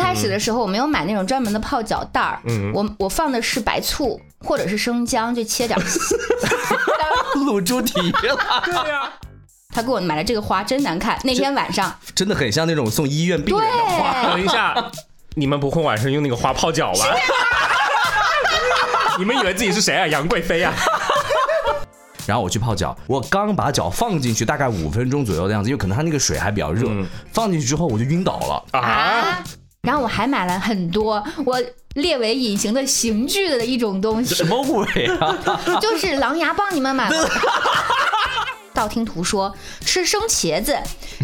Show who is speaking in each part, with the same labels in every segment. Speaker 1: 开始的时候我没有买那种专门的泡脚袋儿，
Speaker 2: 嗯
Speaker 1: 我我放的是白醋或者是生姜，就切 点儿。
Speaker 3: 露猪蹄了，
Speaker 2: 对啊呀、
Speaker 1: 他给我买了这个花，真难看。那天晚上，
Speaker 3: 真的很像那种送医院病
Speaker 1: 对
Speaker 3: 人的花。
Speaker 2: 等一下，你们不会晚上用那个花泡 脚吧？你们以为自己是谁啊？杨贵妃啊？
Speaker 3: 然后我去泡脚，我刚把脚放进去大概五分钟左右的样子，因为可能它那个水还比较热，
Speaker 2: 嗯
Speaker 3: 放进去之后我就晕倒
Speaker 2: 啊？
Speaker 3: 了。
Speaker 1: 啊，然后我还买了很多我列为隐形的刑具的一种东西，
Speaker 3: 么鬼啊！
Speaker 1: 就是狼牙棒，你们买 吗？道听途说，吃生茄子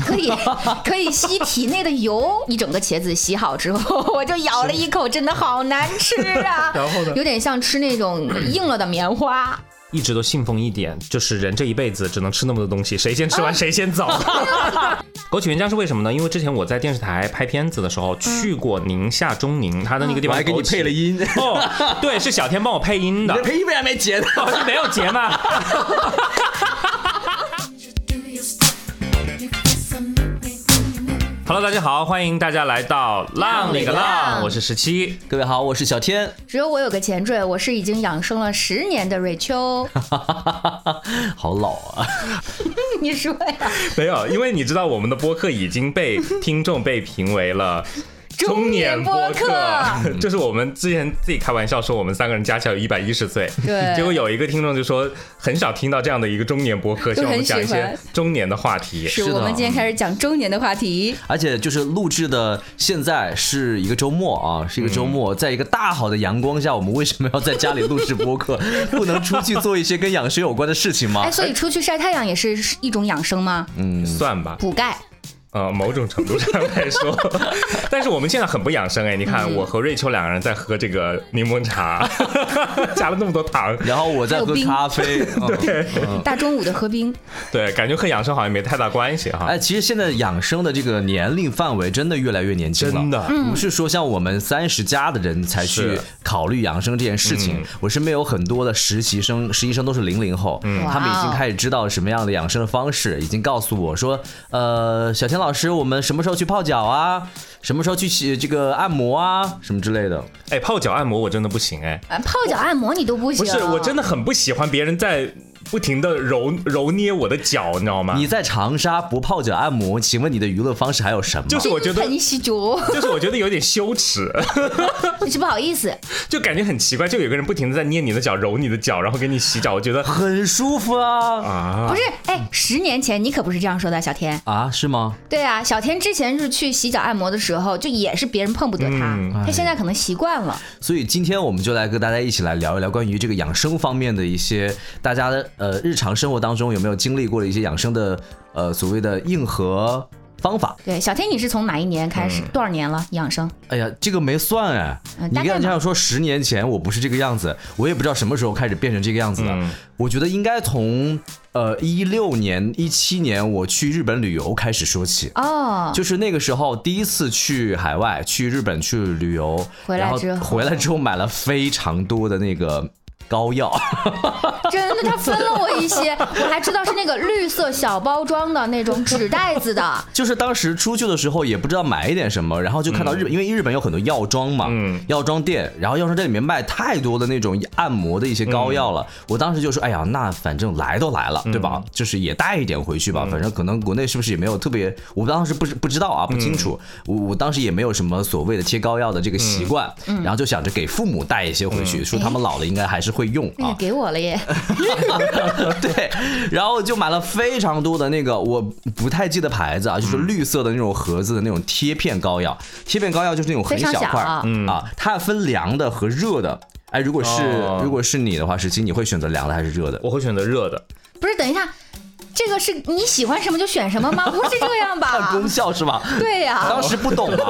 Speaker 1: 可 以可以吸体内的油。一整个茄子洗好之后，我就咬了一口，真的好难吃 啊！
Speaker 2: 然后呢
Speaker 1: 有点像吃那种 硬了的棉花。
Speaker 2: 一直都信奉一点，就是人这一辈子只能吃那么多东西，谁先吃完谁先走。枸杞原浆是为什么呢？因为之前我在电视台拍片子的时候去过宁夏中宁，它的那个地
Speaker 3: 我
Speaker 2: 方
Speaker 3: 还 给你配了
Speaker 2: 音。
Speaker 3: 音，你
Speaker 2: 哦，对，是小天帮我配音 的
Speaker 3: 的。配音为啥没截呢？
Speaker 2: 老师哦没有结 吗？Hello，大家好，欢迎大家来到浪里个浪，我是十七。
Speaker 3: 各位好，我是小天。
Speaker 1: 只有我有个前缀，我是已经养生了十年的瑞 秋。
Speaker 3: 好老啊！
Speaker 1: 你说呀？
Speaker 2: 没有，因为你知道我们的播客已经被听众被评为了。中年播
Speaker 1: 中年
Speaker 2: 就是我们之前自己开玩笑说，我们三个人加起来有一百一十岁。
Speaker 1: 对
Speaker 2: 结果有一个听众就说，很少听到这样的一个中年播客，希望我们
Speaker 1: 就
Speaker 2: 讲
Speaker 1: 很
Speaker 2: 一
Speaker 1: 喜
Speaker 2: 些
Speaker 1: 欢
Speaker 2: 中年的话题。
Speaker 1: 是
Speaker 3: 是的
Speaker 1: 我们今天开始讲中年的话题。
Speaker 3: 而且就是录制的现在是一个周末啊，是一个周末，在一个大好的阳光下，我们为什么要在家里录制播客？ 不能出去做一些跟养生有关的事情吗
Speaker 2: 啊
Speaker 1: 哎，？所以出去晒太阳也是一种养生吗？
Speaker 2: 嗯算吧，
Speaker 1: 补钙。
Speaker 2: 呃，某种程度上来说，但是我们现在很不养生哎，你
Speaker 1: 嗯
Speaker 2: 看我和瑞秋两个人在喝这个柠檬茶， 加了那么多糖，
Speaker 3: 然后我在喝
Speaker 1: 还有冰
Speaker 3: 咖 啡。嗯
Speaker 1: 大中午的喝冰，
Speaker 2: 对，感觉和养生好像没太大关系哈。
Speaker 3: 哎，其实现在养生的这个年龄范围真的越来越年轻了，
Speaker 2: 真的
Speaker 1: 嗯
Speaker 3: 不是说像我们三十加的人才去
Speaker 2: 是嗯
Speaker 3: 考虑养生这件事情。我身边有很多的实习生，实习生都是零零后，他们已经
Speaker 1: 哇哦
Speaker 3: 开始知道什么样的养生的方式，已经告诉我说，呃，小田老师，我们什么时候去泡脚啊？什么时候去洗这个按摩啊？什么之类的？
Speaker 2: 哎，泡脚按摩我真的不行哎，
Speaker 1: 啊泡脚按摩你都不
Speaker 2: 不
Speaker 1: 行。
Speaker 2: 是，我真的很不喜欢别人在不停的揉揉捏我的脚，你知道吗
Speaker 3: 你？在长沙不泡脚按摩，请问你的娱乐方式还有什么？
Speaker 2: 就是我觉得，
Speaker 1: 很喜 足，
Speaker 2: 就是我觉得有点羞耻，
Speaker 1: 就是不好意思。
Speaker 2: 就感觉很奇怪，就有个人不停的在捏你的脚、揉你的脚，然后给你洗脚，我觉得
Speaker 3: 很舒服啊
Speaker 2: 啊
Speaker 1: 不，是，哎，十年前你可不是这样说的，小天。
Speaker 3: 啊，是吗？
Speaker 1: 对啊，小天之前是去洗脚按摩的时候，就也是别人碰不得他，
Speaker 2: 嗯
Speaker 1: 他现在可能习惯了。
Speaker 3: 所以今天我们就来跟大家一起来聊一聊关于这个养生方面的一些大家的呃日常生活当中有没有经历过的一些养生的呃所谓的硬核方法。
Speaker 1: 对，小天，你是从哪一年开始？
Speaker 3: 嗯
Speaker 1: 多少年了？养生？
Speaker 3: 哎呀，这个没算哎，
Speaker 1: 嗯
Speaker 3: 你
Speaker 1: 大概
Speaker 3: 刚才
Speaker 1: 嘛
Speaker 3: 要说十年前我不是这个样子，我也不知道什么时候开始变成这个样子的。
Speaker 2: 嗯
Speaker 3: 我觉得应该从呃一六年、一七年我去日本旅游开始说起。
Speaker 1: 哦，
Speaker 3: 就是那个时候第一次去海外，去日本去旅游，
Speaker 1: 回来
Speaker 3: 然
Speaker 1: 之后
Speaker 3: 回来之后买了非常多的那个膏药，
Speaker 1: 真的，他分了我一些，我还知道是那个绿色小包装的那种纸袋子 的。
Speaker 3: 就是当时出去的时候也不知道买一点什么，然后就看到日本，因为日本有很多药妆嘛，
Speaker 2: 嗯
Speaker 3: 药妆店，然后药妆店里面卖太多的那种按摩的一些膏药了。我当时就说，哎呀，那反正来都来了，对吧？就是也带一点回去吧，反正可能国内是不是也没有特别，我当时不是不知道啊，不清楚，我我当时也没有什么所谓的贴膏药的这个习惯，然后就想着给父母带一些回去，说他们老了应该还是会用
Speaker 1: 那
Speaker 3: 啊
Speaker 1: 你。给我了耶！
Speaker 3: 对，然后就买了非常多的那个，我不太记得牌子啊，就是
Speaker 1: 嗯
Speaker 3: 绿色的那种盒子的那种贴片膏药，贴片膏药就是那种很
Speaker 1: 非常
Speaker 3: 块
Speaker 1: 小
Speaker 3: 儿
Speaker 1: 啊
Speaker 3: 啊，它分凉的和热的。哎，如果是、
Speaker 2: 哦
Speaker 3: 如果是你的话，石青，你会选择凉的还是热的？
Speaker 2: 我会选择热的，
Speaker 1: 不是，等一下，这个是你喜欢什么就选什么吗？不是这样
Speaker 3: 看
Speaker 1: 吧？
Speaker 3: 功效是吧？
Speaker 1: 对呀、
Speaker 3: 当时不 懂啊，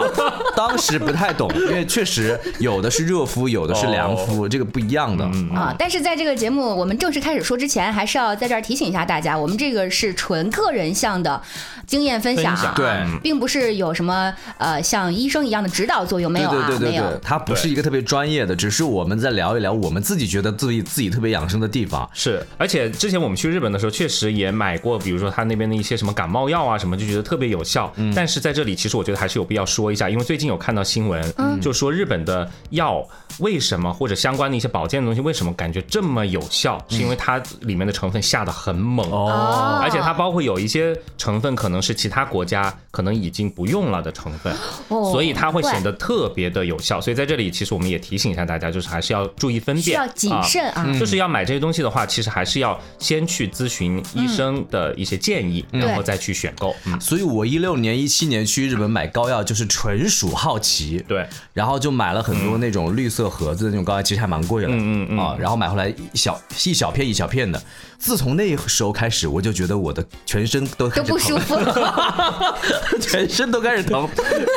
Speaker 3: 当时不太懂，因为确实有的是热敷，有的是凉
Speaker 1: 哦
Speaker 3: 敷，这个不一样的。
Speaker 1: 啊，但是在这个节目我们正式开始说之前，还是要在这儿提醒一下大家，我们这个是纯个人向的经验分享啊，
Speaker 2: 分享
Speaker 3: 对
Speaker 1: 并不是有什么呃像医生一样的指导作用，没有啊，没
Speaker 3: 对对对对
Speaker 1: 有
Speaker 3: 对，。它不是一个特别专业的，只是我们在聊一聊我们自己觉得自己自己特别养生的地方。
Speaker 2: 是，而且之前我们去日本的时候，确实也买买过，比如说他那边的一些什么感冒药啊什么，就觉得特别有效。
Speaker 1: 嗯
Speaker 2: 但是在这里，其实我觉得还是有必要说一下，因为最近有看到新闻，
Speaker 1: 嗯
Speaker 2: 就说日本的药为什么或者相关的一些保健的东西为什么感觉这么有效，是因为它里面的成分下的很猛。
Speaker 1: 哦
Speaker 2: 而且它包括有一些成分可能是其他国家可能已经不用了的成分，
Speaker 1: 哦
Speaker 2: 所以它会显得特别的有效。所以在这里，其实我们也提醒一下大家，就是还是要注意分辨，
Speaker 1: 需要谨慎啊嗯
Speaker 2: 就是要买这些东西的话，其实还是要先去咨询医生的一些建议，
Speaker 1: 嗯
Speaker 2: 然后再去选购。嗯，
Speaker 3: 所以我一六年、一七年去日本买膏药，就是纯属好 奇。
Speaker 2: 对，
Speaker 3: 然后就买了很多那种绿色盒子的那种膏药，其实还蛮贵的。
Speaker 2: 嗯嗯嗯
Speaker 3: 啊，然后买回来一小一小片一小片的。自从那时候开始，我就觉得我的全身都开
Speaker 1: 都
Speaker 3: 始
Speaker 1: 不
Speaker 3: 疼
Speaker 1: 舒服 了。
Speaker 3: 全身都开始疼。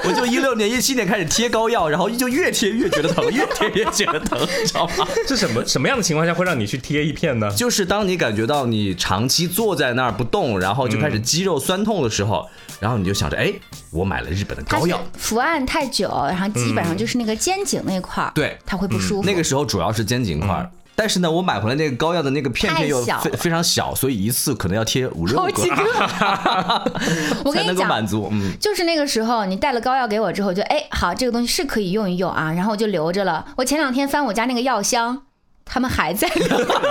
Speaker 3: 我就一六年、一七年开始贴膏药，然后就越贴越觉得 疼，越贴越觉得疼，你知道吗？
Speaker 2: 这什么什么样的情况下会让你去贴一片 呢？
Speaker 3: 就是当你感觉到你长期坐在那儿不动，然后就
Speaker 2: 嗯
Speaker 3: 开始肌肉酸痛的时候，然后你就想着，哎，我买了日本的
Speaker 1: 它
Speaker 3: 膏
Speaker 1: 是
Speaker 3: 药。
Speaker 1: 伏案太久，然后基本上就是那个肩颈那块儿，
Speaker 3: 对嗯
Speaker 1: 它会不舒服。
Speaker 3: 那个时候主要是肩颈块儿。
Speaker 2: 嗯
Speaker 3: 但是呢，我买回来那个膏药的那个片片又
Speaker 1: 太小
Speaker 3: 非
Speaker 1: 了
Speaker 3: 非常小，所以一次可能要贴五六
Speaker 1: 好
Speaker 3: 个，
Speaker 1: 几个我跟
Speaker 3: 才
Speaker 1: 你
Speaker 3: 能够
Speaker 1: 讲，
Speaker 3: 满足。嗯，
Speaker 1: 就是那个时候，你带了膏药给我之后，就哎，好，这个东西是可以用一用啊，然后我就留着了。我前两天翻我家那个药箱，他们还在
Speaker 2: 已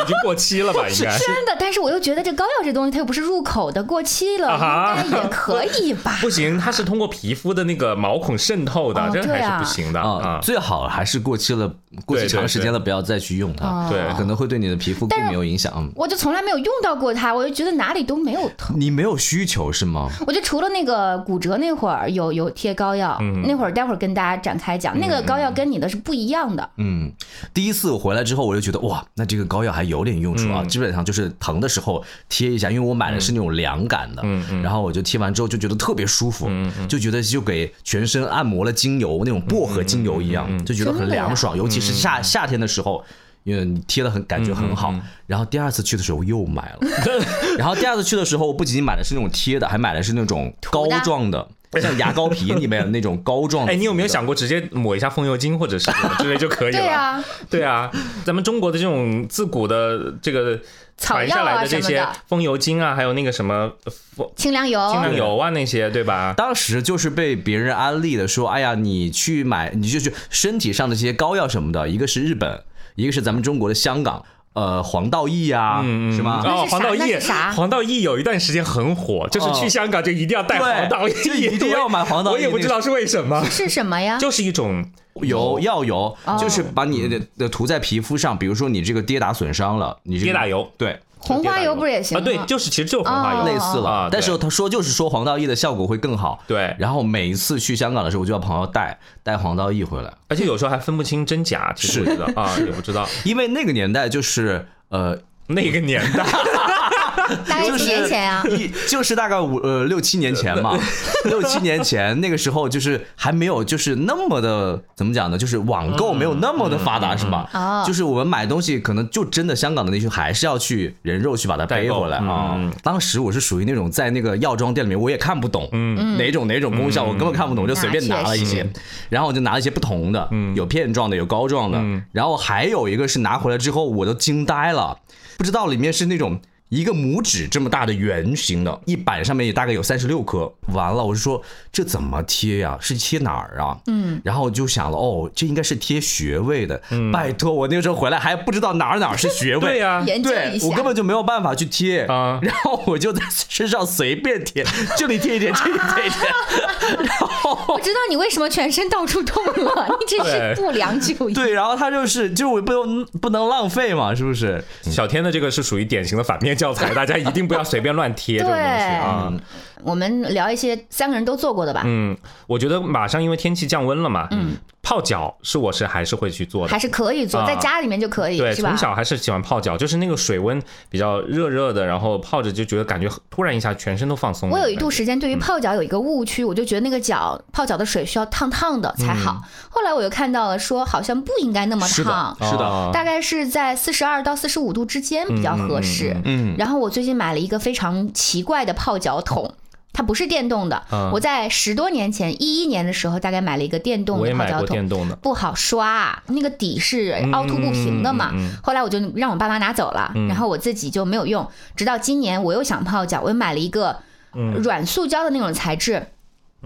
Speaker 2: 经过期了吧？应该。
Speaker 1: 真的，但是我又觉得这膏药这东西它又不是入口的，过期了，
Speaker 2: 啊哈？
Speaker 1: 应该也可以吧
Speaker 2: 不行，它是通过皮肤的那个毛孔渗透的，
Speaker 1: 哦
Speaker 2: 这还
Speaker 1: 对
Speaker 2: 是
Speaker 1: 啊
Speaker 2: 不行的
Speaker 3: 啊，
Speaker 2: 啊。
Speaker 3: 最好还是过期了，过期长时间了不要再去用它，
Speaker 2: 对对
Speaker 3: 可能会对你的皮肤
Speaker 1: 哦但
Speaker 3: 并
Speaker 1: 是
Speaker 3: 没有影响。嗯
Speaker 1: 我就从来没有用到过它，我就觉得哪里都没有疼。
Speaker 3: 你没有需求是吗？
Speaker 1: 我就除了那个骨折那会儿有有贴膏药，
Speaker 2: 嗯
Speaker 1: 那会儿待会儿跟大家展开讲，那个膏药跟你的是不一样的。
Speaker 3: 嗯，第一次我回来之后，我就觉得哇，那这个膏药还有点用处啊，
Speaker 2: 嗯
Speaker 3: 基本上就是疼的时候贴一下，因为我买的是那种凉感的，
Speaker 2: 嗯
Speaker 3: 然后我就贴完之后就觉得特别舒服，就觉得就给全身按摩了精油那种薄荷精油一样，
Speaker 2: 嗯
Speaker 3: 就觉得很凉爽，尤其是夏夏天的时候。因为你贴的很感觉很
Speaker 2: 嗯
Speaker 3: 好，然后第二次去的时候又买了， 然后第二次去的时候，我不仅仅买的是那种贴的，还买的是那种膏
Speaker 1: 的
Speaker 3: 状的，像牙膏皮里面的那种膏状 的。
Speaker 2: 哎，你有没有
Speaker 3: 想？
Speaker 2: 想过直接抹一下风油精或者是什么之类就可以了？
Speaker 1: 对啊，
Speaker 2: 对啊，咱们中国的这种自古的这个
Speaker 1: 草
Speaker 2: 传
Speaker 1: 药
Speaker 2: 下
Speaker 1: 啊
Speaker 2: 来
Speaker 1: 什
Speaker 2: 这
Speaker 1: 么
Speaker 2: 些
Speaker 1: 的，
Speaker 2: 风油精啊，还有那个什么风
Speaker 1: 清凉油，
Speaker 2: 清凉油啊那些，对吧？
Speaker 3: 当时就是被别人安利的，说，哎呀，你去买，你就去身体上的这些膏药什么的，一个是日本，一个是咱们中国的香港，呃，黄道益啊，是吗？
Speaker 1: 那
Speaker 2: 哦，
Speaker 1: 是啥
Speaker 2: 黄道
Speaker 1: 那
Speaker 2: 益
Speaker 1: 是啥，
Speaker 2: 黄道益有一段时间很火，就是去香港就一定要带
Speaker 3: 哦对
Speaker 2: 黄道益，
Speaker 3: 就一定要买黄道益
Speaker 2: 我也不知道是为什么，
Speaker 1: 是什么呀？
Speaker 2: 就是一种哦
Speaker 3: 油药油，就是把你的的涂在皮肤上，比如说你这个跌打损伤了，你这个
Speaker 2: 跌打油
Speaker 3: 对。
Speaker 1: 红花油不是也行
Speaker 2: 啊，
Speaker 1: 吗？
Speaker 2: 对，就是其实就是红花油，
Speaker 1: 哦
Speaker 3: 类似了
Speaker 2: 啊，
Speaker 3: 但是
Speaker 2: 对
Speaker 3: 他说就是说黄道益的效果会更好。
Speaker 2: 对
Speaker 3: 然后每一次去香港的时候，我就要朋友带带黄道益回来，
Speaker 2: 而且有时候还分不清真假，其实我觉得啊，也不知 道
Speaker 3: 因为那个年代就是呃
Speaker 2: 那个年 代，
Speaker 1: 大概
Speaker 3: 就
Speaker 1: 几
Speaker 3: 是
Speaker 1: 年前啊？
Speaker 3: 一就是大概五呃六七年前 嘛，六七年前那个时候就是还没有就是那么的怎么讲呢，就是网购没有那么的发达
Speaker 2: 嗯
Speaker 3: 是吧？
Speaker 1: 哦
Speaker 3: 就是我们买东西可能就真的香港的那些还是要去人肉去把它背回来
Speaker 2: 代购嗯
Speaker 3: 啊。当时我是属于那种在那个药妆店里面我也看不懂
Speaker 2: 嗯
Speaker 3: 哪种哪种功效，我根本看不懂，就随便拿了一些，然后我就拿了一些不同的，有片状的，有膏状的，然后还有一个是拿回来之后我都惊呆了。不知道里面是那种一个拇指这么大的圆形的，一板上面也大概有三十六颗。完了，我就说这怎么贴呀、是贴哪儿啊？嗯，然后我就想了，哦，这应该是贴穴位的。拜托，我那个时候回来还不知道哪儿哪儿是穴
Speaker 2: 啊
Speaker 3: 位。
Speaker 2: 对呀，
Speaker 1: 研究
Speaker 3: 对啊
Speaker 1: 一下，
Speaker 3: 我根本就没有办法去贴
Speaker 2: 啊
Speaker 3: 然后我就在身上随便贴，这里贴一点，这里贴一点，
Speaker 1: 我知道你为什么全身到处痛了，你这
Speaker 2: 对
Speaker 1: 是不良 就医。
Speaker 3: 对，然后他就是，就是我不用不能浪费嘛，是不是？
Speaker 2: 小天的这个是属于典型的反面教 材，大家一定不要随便乱贴这种东西啊。
Speaker 1: 我们聊一些三个人都做过的吧，
Speaker 2: 嗯，我觉得马上因为天气降温了嘛，嗯，泡脚是我是还是会去做的
Speaker 1: 还。是可以做，
Speaker 2: 啊
Speaker 1: 在家里面就可以，
Speaker 2: 对，
Speaker 1: 是吧
Speaker 2: 从？小还是喜欢泡脚，就是那个水温比较热热的，然后泡着就觉得感觉突然一下全身都放嗯松了
Speaker 1: 我
Speaker 2: 感觉。
Speaker 1: 有一度时间对于泡脚有一个误区，我就觉得那个脚泡脚的水需要烫烫的才好。
Speaker 2: 嗯
Speaker 1: 后来我又看到了说，好像不应该那么
Speaker 3: 是
Speaker 1: 烫
Speaker 3: 的，，是的，
Speaker 2: 哦
Speaker 1: 大概是在四十二到四十五
Speaker 2: 嗯
Speaker 1: 度之间比较合适。嗯，然后我最近买了一个非常奇怪的泡脚桶。它不是电动的。
Speaker 2: 嗯
Speaker 1: 我在十多年前，一一年的时候，大概买了一个电动
Speaker 2: 我也
Speaker 1: 的泡
Speaker 2: 买
Speaker 1: 脚
Speaker 2: 过
Speaker 1: 桶，
Speaker 2: 电动的，
Speaker 1: 不好刷，那个底是凹凸不平的嘛。
Speaker 2: 嗯嗯嗯嗯
Speaker 1: 后来我就让我爸妈拿走了，
Speaker 2: 嗯
Speaker 1: 然后我自己就没有用。直到今年我又想泡脚，我又买了一个
Speaker 2: 嗯
Speaker 1: 软塑胶的那种材质，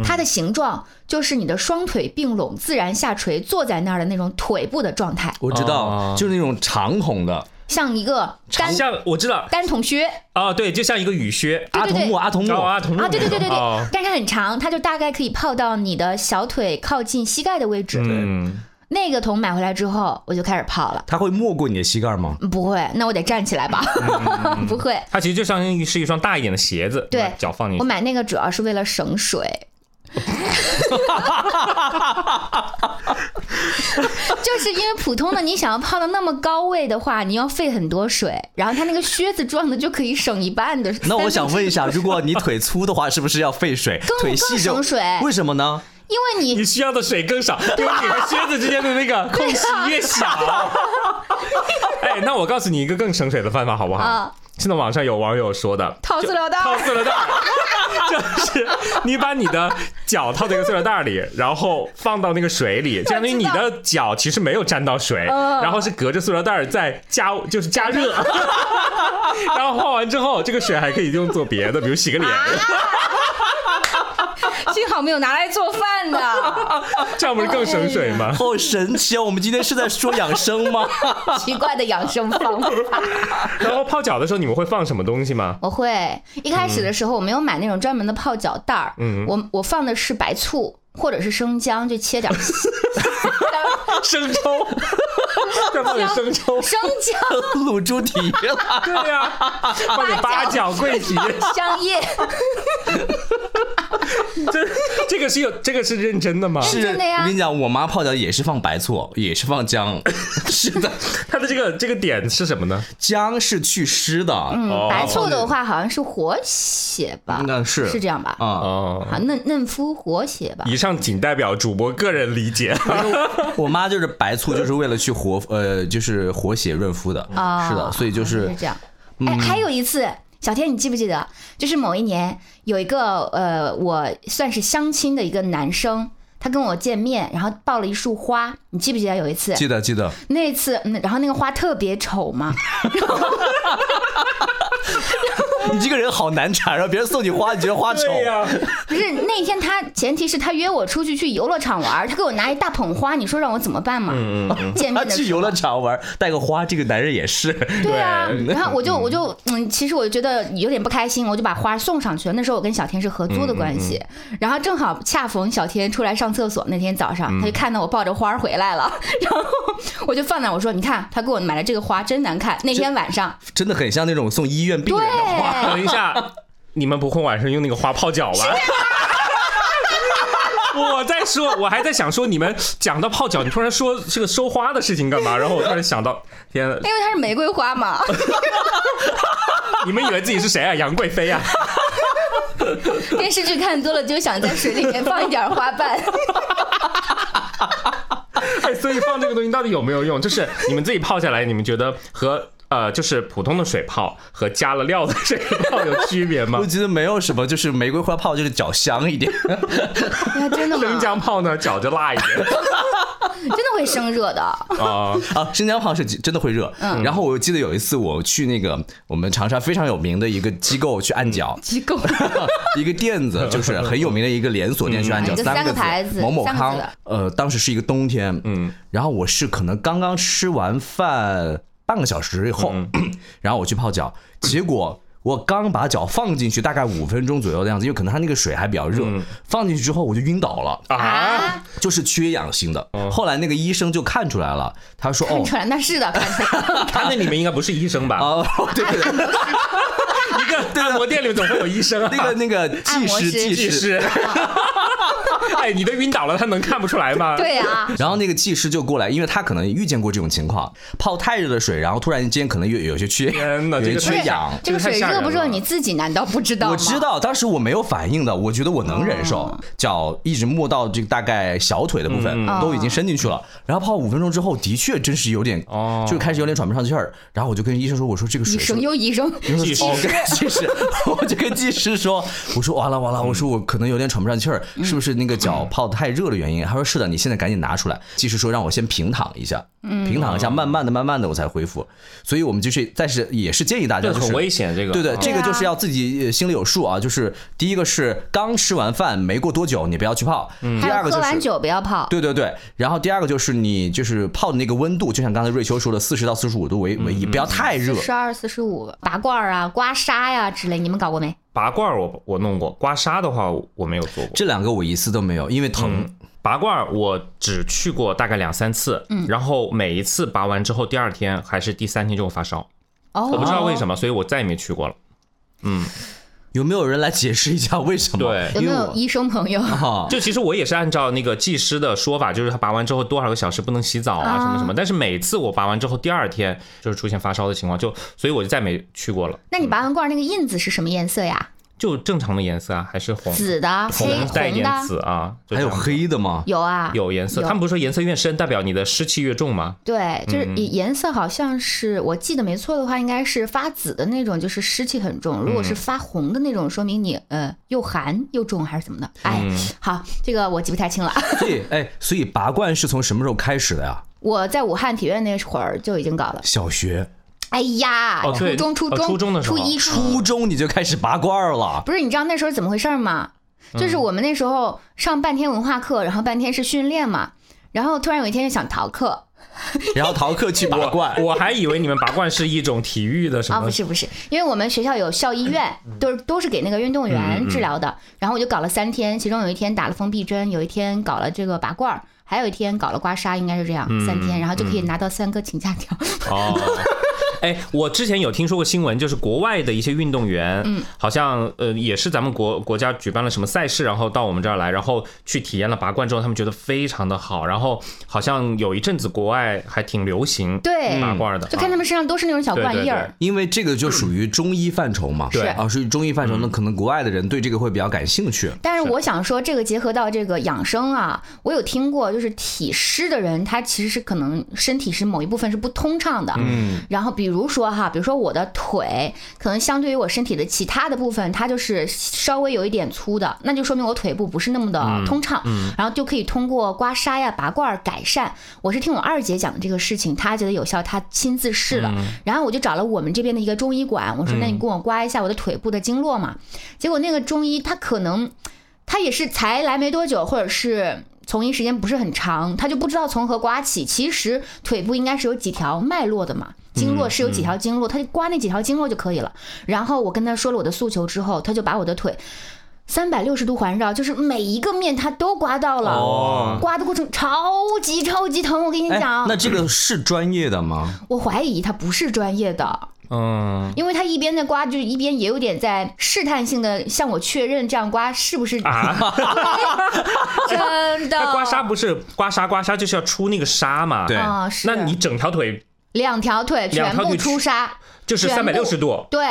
Speaker 1: 它的形状就是你的双腿并拢自然下垂坐在那儿的那种腿部的状态，
Speaker 3: 我知道，
Speaker 2: 哦
Speaker 3: 就是那种长筒的
Speaker 1: 像一个单
Speaker 2: 像我知道
Speaker 1: 单筒靴
Speaker 2: 啊，对，就像一个雨靴，
Speaker 1: 对
Speaker 3: 阿
Speaker 1: 对对
Speaker 3: 童木，阿童木
Speaker 2: 然后啊，同
Speaker 1: 啊，对对对对对，
Speaker 2: 哦
Speaker 1: 但是它很长，它就大概可以泡到你的小腿靠近膝盖的位置。
Speaker 2: 嗯，
Speaker 1: 那个桶买回来之后，我就开始泡了。
Speaker 3: 它会没过你的膝盖 吗？
Speaker 1: 不会，那我得站起来吧？
Speaker 2: 嗯
Speaker 1: 不会，
Speaker 2: 它其实就相当于是一双大一点的鞋子，
Speaker 1: 对
Speaker 2: 把脚放进
Speaker 1: 我
Speaker 2: 去。
Speaker 1: 买那个主要是为了省 水。就是因为普通的，你想要泡到那么高位的话，你要费很多水，然后它那个靴子装的就可以省一半的。
Speaker 3: 那我想问一下，如果你腿粗的话，是不是要费水？腿细就
Speaker 1: 更省水
Speaker 3: 为什么呢？
Speaker 1: 因为你
Speaker 2: 你需要的水更少，因
Speaker 1: 啊
Speaker 2: 为你和靴子之间的那个空隙越 小。哎，那我告诉你一个更省水的办法，好不好
Speaker 1: 啊？
Speaker 2: 现在网上有网友说的，
Speaker 1: 套塑料袋儿
Speaker 2: 套塑料袋儿，就是你把你的脚套在一个塑料袋儿里，然后放到那个水里，相当于你的脚其实没有沾到水，
Speaker 1: 嗯
Speaker 2: 然后是隔着塑料袋儿在加，就是 加热，然后泡完之后，这个水还可以用做别的，比如洗个脸，
Speaker 1: 啊幸好没有拿来做饭的，
Speaker 2: 这样不是更省水吗？
Speaker 3: 好神奇啊！我们今天是在说养 生吗？
Speaker 1: 奇怪的养生方法。
Speaker 2: 然后泡脚的时候，你们会放什么东西吗？
Speaker 1: 我会一开始的时候，我没有买那种专门的泡脚袋儿，
Speaker 2: 嗯
Speaker 1: 我我放的是白醋或者是生姜，就切 点儿
Speaker 2: 生 抽，再放点生抽，
Speaker 1: 生姜。
Speaker 3: 卤猪蹄了，
Speaker 2: 对呀、放点八角、桂皮，
Speaker 1: 香叶，
Speaker 2: 这这个是有这个是认真的吗？
Speaker 1: 是真的呀
Speaker 3: 我跟你讲，我妈泡脚也是放白醋，也是放姜， 是的，
Speaker 2: 它的这个这个点是什么呢？
Speaker 3: 姜是祛湿的，
Speaker 2: 哦
Speaker 1: 嗯，白醋的话好像是活血吧
Speaker 3: 应，该是
Speaker 1: 是这样吧？
Speaker 3: 啊。
Speaker 2: 哦，
Speaker 1: 好，嫩嫩肤活血吧。
Speaker 2: 以上仅代表主播个人理解。
Speaker 3: 我妈就是白醋，就是为了去活呃，就是活血润肤的，
Speaker 1: 啊，
Speaker 3: 是的，所以就
Speaker 1: 好
Speaker 3: 是嗯
Speaker 1: 像是这样。哎，还有一次，小天，你记不记得？就是某一年有一个呃，我算是相亲的一个男生，他跟我见面，然后抱了一束花，你记不记得有一次？
Speaker 3: 记得记得，
Speaker 1: 那次，嗯，然后那个花特别丑 嘛，
Speaker 3: 你这个人好难缠啊！别人送你花，你觉得花丑， 啊
Speaker 2: 对呀、
Speaker 1: 不是那天他前提是他约我出去去游乐场玩，他给我拿一大捧花，你说让我怎么办嘛？见
Speaker 3: 嗯他
Speaker 1: 面的
Speaker 3: 去
Speaker 1: 时
Speaker 3: 游
Speaker 1: 候
Speaker 3: 乐。场玩，带个花，这个男人也是。
Speaker 1: 对啊
Speaker 2: 对，
Speaker 1: 然后我就我就嗯，其实我就觉得有点不开心，我就把花送上去了。那时候我跟小天是合租的关系，然后正好恰逢小天出来上厕所那天早上，他就看到我抱着花儿回来了， 然后我就放那儿，我说你看他给我买了这个花真难看。那天晚上，
Speaker 3: 真的很像那种送医院病
Speaker 1: 对
Speaker 3: 人的话。
Speaker 2: 等一下，你们不会晚上用那个花泡脚吧？ 我在说，我还在想说，你们讲到泡脚，你突然说这个收花的事情干嘛？然后我突然想到，天啊，
Speaker 1: 因为它是玫瑰花嘛，
Speaker 2: 你们以为自己是谁啊？杨贵妃啊？
Speaker 1: 电视剧看多了就想在水里面放一点花瓣。
Speaker 2: 哎，所以放这个东西到底有没有用？就是你们自己泡下来，你们觉得和呃，就是普通的水泡和加了料的水泡有区别吗
Speaker 3: 我？觉得没有什么，就是玫瑰花泡就是脚香一点，
Speaker 1: 哎呀真的
Speaker 2: 生
Speaker 1: 吗？
Speaker 2: 姜泡呢，脚就辣一点
Speaker 1: 真的会生热的。
Speaker 2: 啊、
Speaker 3: 啊，生姜泡是真的会热。
Speaker 1: 嗯
Speaker 3: 然后我记得有一次我去那个我们长沙非常有名的一个机构去按
Speaker 2: 嗯
Speaker 3: 脚，
Speaker 1: 机构
Speaker 3: 一个店子就是很有名的一个连锁店去按脚，
Speaker 1: 嗯一个
Speaker 3: 三
Speaker 1: 三个牌
Speaker 3: 字
Speaker 1: 子
Speaker 3: 某某
Speaker 1: 三个
Speaker 3: 康
Speaker 1: 字的。
Speaker 3: 呃，当时是一个冬天，嗯，然后我是可能刚刚吃完饭半个小时以后， 然后我去泡脚，结果。我刚把脚放进去，大概五分钟左右的样子，因为可能它那个水还比较热，放进去之后我就晕倒了。
Speaker 2: 啊！
Speaker 1: 啊，
Speaker 3: 就是缺氧性的。后来那个医生就看出来了，他说：“
Speaker 1: 看
Speaker 3: 哦
Speaker 1: 出，来那是的，看出来。
Speaker 2: 他那里面应该不是医生吧？
Speaker 3: 啊，对对对，
Speaker 2: 一个按摩店里总会有医生啊。
Speaker 3: 那个那个 技
Speaker 1: 按摩
Speaker 3: 师
Speaker 1: 师
Speaker 3: 技
Speaker 2: 技
Speaker 3: 师，
Speaker 2: 师， 哎，你都晕倒了，他能看不出来吗？
Speaker 1: 对 啊，
Speaker 3: 然后那个技师就过来，因为他可能也遇见过这种情况，泡太热的水，然后突然间可能有有些缺，
Speaker 2: 天哪
Speaker 3: 有些
Speaker 2: 这个
Speaker 1: 不
Speaker 3: 缺
Speaker 1: 是
Speaker 3: 氧。
Speaker 1: 这个
Speaker 2: 这个太
Speaker 1: 水
Speaker 2: 吓人
Speaker 1: 热不热
Speaker 2: 了
Speaker 1: 你自己难道不知道吗？哦
Speaker 3: 我知道，当时我没有反应的，我觉得我能忍受，脚一直没到这个大概小腿的部
Speaker 2: 嗯
Speaker 3: 分，都已经伸进去了。然后泡五分钟之后，的确真是有点，
Speaker 2: 哦
Speaker 3: 就开始有点喘不上气儿。然后我就跟医生说，我说这个水
Speaker 1: 医
Speaker 3: 是
Speaker 1: 生又医生，
Speaker 3: 我
Speaker 2: 技师
Speaker 3: 说哦跟技师， 我就跟技师说，我说完了完了，我说我可能有点喘不上气儿，是不是那个脚泡太热的原因？他说是的，你现在赶紧拿出来。技师说让我先平躺一下，
Speaker 1: 嗯
Speaker 3: 平躺一下，慢慢的慢慢的我才恢复。所以我们就是，但是也是建议大家
Speaker 2: 这
Speaker 3: 就是
Speaker 2: 很危险，这个
Speaker 3: 对对，
Speaker 2: 嗯
Speaker 3: 这
Speaker 1: 啊
Speaker 3: 个就是要自己呃心里有数啊。就是第一个是刚吃完饭没过多久，你不要去泡；第
Speaker 2: 嗯
Speaker 1: 还
Speaker 3: 二
Speaker 1: 有
Speaker 3: 个
Speaker 1: 喝
Speaker 3: 就
Speaker 1: 完
Speaker 3: 是。
Speaker 1: 酒不要泡。
Speaker 3: 对对对，然后第二个就是你就是泡的那个温度，就像刚才瑞秋说的，四十到四十五度为为
Speaker 2: 嗯
Speaker 3: 宜，不要太热。
Speaker 1: 十二、四十五，拔罐儿啊、刮痧呀、之类，你们搞过没？
Speaker 2: 拔罐儿我我弄过，刮痧的话我我没有做过。
Speaker 3: 这两个我一次都没有，因为疼。
Speaker 2: 拔罐儿我只去过大概两三次，然后每一次拔完之后，第二天还是第三天就会发烧，
Speaker 1: 哦，
Speaker 2: 我不知道为什么，所以我再也没去过了。
Speaker 3: 有没有人来解释一下为什么？
Speaker 2: 对
Speaker 1: 哦有
Speaker 3: 因
Speaker 1: 没
Speaker 3: 为
Speaker 1: 有
Speaker 3: 我
Speaker 1: 医生朋
Speaker 2: 嗯
Speaker 1: 友？
Speaker 3: 啊，
Speaker 2: 就其实我也是按照那个技师的说法，就是他拔完之后多少个小时不能洗澡啊，什么什么。但是每次我拔完之后，第二天就是出现发烧的情况，就所以我就再没去过了。
Speaker 1: 那你拔完罐儿那个印子是什么颜色呀？
Speaker 2: 就正常的颜色啊，还是红
Speaker 1: 紫的、黑
Speaker 2: 红带
Speaker 1: 红
Speaker 2: 一点
Speaker 1: 的，
Speaker 2: 紫啊，就
Speaker 3: 还
Speaker 2: 这
Speaker 3: 有
Speaker 2: 样
Speaker 3: 黑的吗？
Speaker 1: 有啊，
Speaker 2: 有颜色。他们不是说颜色越深，代表你的湿气越重吗？
Speaker 1: 对，就是
Speaker 2: 嗯
Speaker 1: 颜色好像是、我记得没错的话，应该是发紫的那种，就是湿气很重；如果
Speaker 2: 嗯
Speaker 1: 是发红的那种，说明你呃又寒又重还是怎么的？哎，
Speaker 2: 嗯
Speaker 1: 好，这个我记不太清了。
Speaker 3: 所以，哎，所以拔罐是从什么时候开始的呀？
Speaker 1: 我在武汉体院那会儿就已经搞了。
Speaker 3: 小学、
Speaker 1: 哎呀，
Speaker 2: 哦
Speaker 1: 初
Speaker 2: 对
Speaker 1: 中初
Speaker 2: 哦
Speaker 1: 中、
Speaker 2: 初中的时候哦
Speaker 1: 一初
Speaker 3: 初中你就开始拔罐 了？
Speaker 1: 不是，你知道那时候怎么回事儿吗？
Speaker 2: 嗯
Speaker 1: 就是我们那时候上半天文化课，然后半天是训练嘛，然后突然有一天就想逃课
Speaker 3: 然后逃课去拔罐，
Speaker 2: 我还以为你们拔罐是一种体育的什
Speaker 1: 啊，
Speaker 2: 么嗯
Speaker 1: 不是不是，因为我们学校有校医院，都是都是给那个运动员治疗的，然后我就搞了三天，其中有一天打了封闭针，有一天搞了这个拔罐儿，还有一天搞了刮痧，应该是这样，
Speaker 2: 嗯
Speaker 1: 三天，然后就可以拿到三个请假条。
Speaker 2: 哦。 哎，我之前有听说过新闻，就是国外的一些运动员，嗯，好像呃也是咱们国国家举办了什么赛事，然后到我们这儿来，然后去体验了拔罐之后，他们觉得非常的好，然后好像有一阵子国外还挺流行
Speaker 1: 对，
Speaker 2: 拔罐的，啊
Speaker 1: 就看他们身上都是那种小
Speaker 2: 嗯对
Speaker 1: 罐
Speaker 2: 对
Speaker 1: 印
Speaker 2: 对
Speaker 1: 儿。
Speaker 3: 因为这个就属于中医范畴嘛。
Speaker 2: 对嗯
Speaker 3: 啊，属于中医范畴，那可能国外的人对这个会比较感兴趣。
Speaker 1: 但是我想说，这个结合到这个养生啊，我有听过，就是体湿的人，他其实是可能身体是某一部分是不通畅的。嗯。然后比如说哈，比如说我的腿，可能相对于我身体的其他的部分，它就是稍微有一点粗的，那就说明我腿部不是那么的通畅。然后就可以通过刮痧呀、拔罐儿改善。我是听我二姐讲的这个事情，她觉得有效，她亲自试了。然后我就找了我们这边的一个中医馆，我说：“那你给我刮一下我的腿部的经络嘛。”结果那个中医他可能他也是才来没多久，或者是从医时间不是很长，他就不知道从何刮起。其实腿部应该是有几条脉络的嘛，经络是有
Speaker 3: 嗯
Speaker 1: 几条经络，他就刮那几条经络就可以了。然后我跟他说了我的诉求之后，他就把我的腿。三百六十度环绕，就是每一个面他都刮到了，
Speaker 2: 哦
Speaker 1: 刮的过程超级超级疼。我跟你
Speaker 3: 哎，
Speaker 1: 讲，
Speaker 3: 那这个是专业的吗？
Speaker 1: 我怀疑他不是专业的，
Speaker 2: 嗯
Speaker 1: 因为他一边在刮，就是一边也有点在试探性的向我确认这样刮是不是、
Speaker 2: 啊，
Speaker 1: 真 的。
Speaker 2: 那刮痧不是刮痧，刮痧就是要出那个痧嘛，
Speaker 3: 对
Speaker 1: 啊、是
Speaker 2: 那你整条腿
Speaker 1: 两条腿全
Speaker 2: 两条
Speaker 1: 部
Speaker 2: 腿
Speaker 1: 出痧，
Speaker 2: 就是
Speaker 1: 全
Speaker 2: 三
Speaker 1: 部
Speaker 2: 百六十度，
Speaker 1: 对，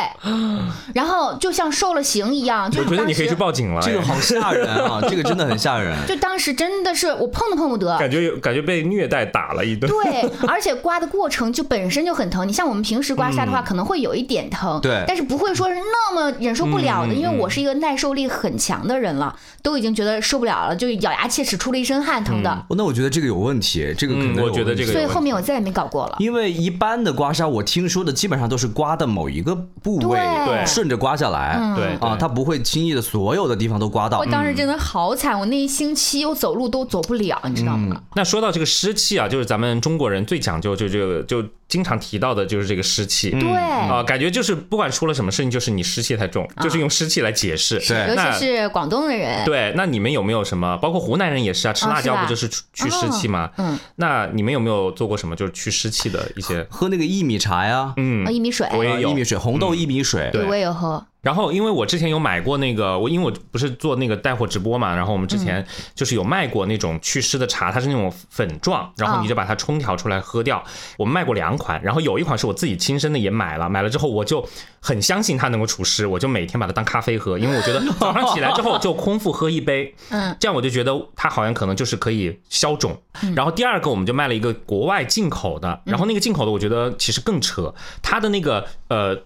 Speaker 1: 然后就像受了刑一样，就
Speaker 2: 我觉得你可以去
Speaker 1: 当时。
Speaker 2: 报警了，
Speaker 3: 这个
Speaker 2: 哎
Speaker 3: 好吓人啊！这个真的很吓 人。
Speaker 1: 就当时真的是我碰都碰不得，
Speaker 2: 感觉有感觉被虐待打了一 顿，
Speaker 1: 对，而且刮的过程就本身就很疼。你像我们平时刮痧的话，可能会有一点疼，
Speaker 3: 对
Speaker 1: 但是不会说是那么忍受不了的，因
Speaker 2: 嗯
Speaker 1: 为我是一个耐受力很强的人了，都已经觉得受不了了，就咬牙切齿出了一身汗，疼的。
Speaker 3: 哦那我觉得这个有问题，这个可
Speaker 2: 嗯
Speaker 3: 能有
Speaker 2: 我觉得
Speaker 3: 问题
Speaker 2: 这个有
Speaker 1: 所以
Speaker 2: 问题
Speaker 1: 后面我再也没搞过了。
Speaker 3: 因为一般的刮痧，我听说的基本上都是刮的某一个部位，
Speaker 1: 对嗯
Speaker 2: 对
Speaker 3: 顺着刮下来，
Speaker 2: 对嗯
Speaker 3: 啊，它不会轻易的所有的地方都刮到
Speaker 1: 我。当时真的好惨，我那一星期我走路都走不了，你知道吗？
Speaker 2: 那说到这个湿气啊，就是咱们中国人最讲究，就就就经常提到的就是这个湿气。
Speaker 1: 对，
Speaker 2: 啊、感觉就是不管出了什么事情，就是你湿气太重，就是用湿气来解释。
Speaker 3: 是
Speaker 1: 啊尤
Speaker 2: 那
Speaker 1: 其是广东的人，
Speaker 2: 对，那你们有没有什么？包括湖南人也是啊，吃
Speaker 1: 哦
Speaker 2: 辣
Speaker 1: 是
Speaker 2: 椒
Speaker 1: 吧
Speaker 2: 不就是去去湿气吗？
Speaker 1: 嗯，
Speaker 2: 那你们有没有做过什么就是去湿气的一些？
Speaker 3: 喝那个薏米茶呀，
Speaker 1: 啊，薏米水，
Speaker 2: 我也
Speaker 3: 啊
Speaker 2: 嗯有嗯
Speaker 3: 薏米水，红豆薏米水，
Speaker 1: 对我也有喝，
Speaker 2: 然后，因为我之前有买过那个，我因为我不是做那个带货直播嘛，然后我们之前就是有卖过那种祛湿的茶，它是那种粉状，然后你就把它冲调出来喝掉。我们卖过两款，然后有一款是我自己亲身的也买了，买了之后我就很相信它能够除湿，我就每天把它当咖啡喝，因为我觉得早上起来之后就空腹喝一杯，
Speaker 1: 嗯，
Speaker 2: 这样我就觉得它好像可能就是可以消肿。然后第二个我们就卖了一个国外进口的，
Speaker 1: 嗯
Speaker 2: 然后那个进口的我觉得其实更扯，它的那个呃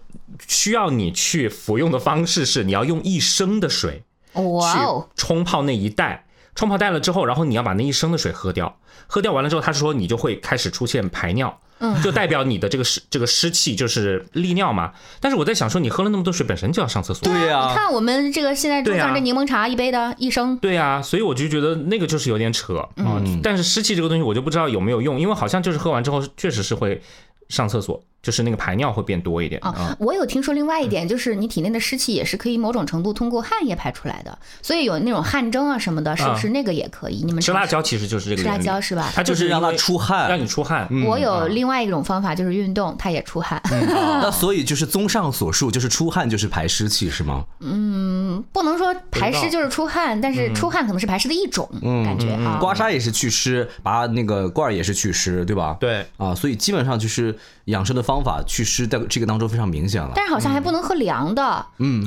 Speaker 2: 需要你去服用的方式是你要用一升的水
Speaker 1: 哇
Speaker 2: 去
Speaker 1: 哦，
Speaker 2: 冲泡那一袋，冲泡袋了之后，然后你要把那一升的水喝掉，喝掉完了之后，他说你就会开始出现排尿。
Speaker 1: 嗯
Speaker 2: 就代表你的这个湿这个湿气就是利尿嘛，但是我在想说，你喝了那么多水，本身就要上厕所。
Speaker 3: 对呀、
Speaker 1: 你看我们这个现在桌
Speaker 2: 啊对
Speaker 1: 上
Speaker 2: 啊
Speaker 1: 这柠檬茶一杯的一升，
Speaker 2: 对啊，所以我就觉得那个就是有点扯啊、
Speaker 1: 嗯
Speaker 2: 但是湿气这个东西，我就不知道有没有用，因为好像就是喝完之后确实是会上厕所，就是那个排尿会变多一点啊、
Speaker 1: 啊，我有听说另外一点，就是你体内的湿气也是可以某种程度通过汗液排出来的，所以有那种汗蒸啊什么的，是不是那个也可以？你们
Speaker 2: 吃
Speaker 1: 尝
Speaker 2: 辣
Speaker 1: 试
Speaker 2: 椒其实就是这个
Speaker 1: 吃辣
Speaker 2: 原理，
Speaker 1: 椒是吧？
Speaker 2: 它
Speaker 3: 就是
Speaker 2: 是
Speaker 3: 让它
Speaker 2: 因为
Speaker 3: 出汗嗯
Speaker 2: 让你出汗。
Speaker 1: 我有另外一种方法，就是运动，它也出汗。嗯
Speaker 3: 那所以就是综上所述，就是出汗就是排湿气是吗？
Speaker 1: 不能说排湿就是出汗，但
Speaker 3: 嗯
Speaker 1: 是出汗可能是排湿的一种感觉啊。
Speaker 3: 刮痧也是祛湿，拔那个罐儿也是祛湿，对吧？
Speaker 2: 对
Speaker 3: 啊，所以基本上就是养生的方法祛湿在这个当中非常明显了。
Speaker 1: 但是好像还不能喝凉的。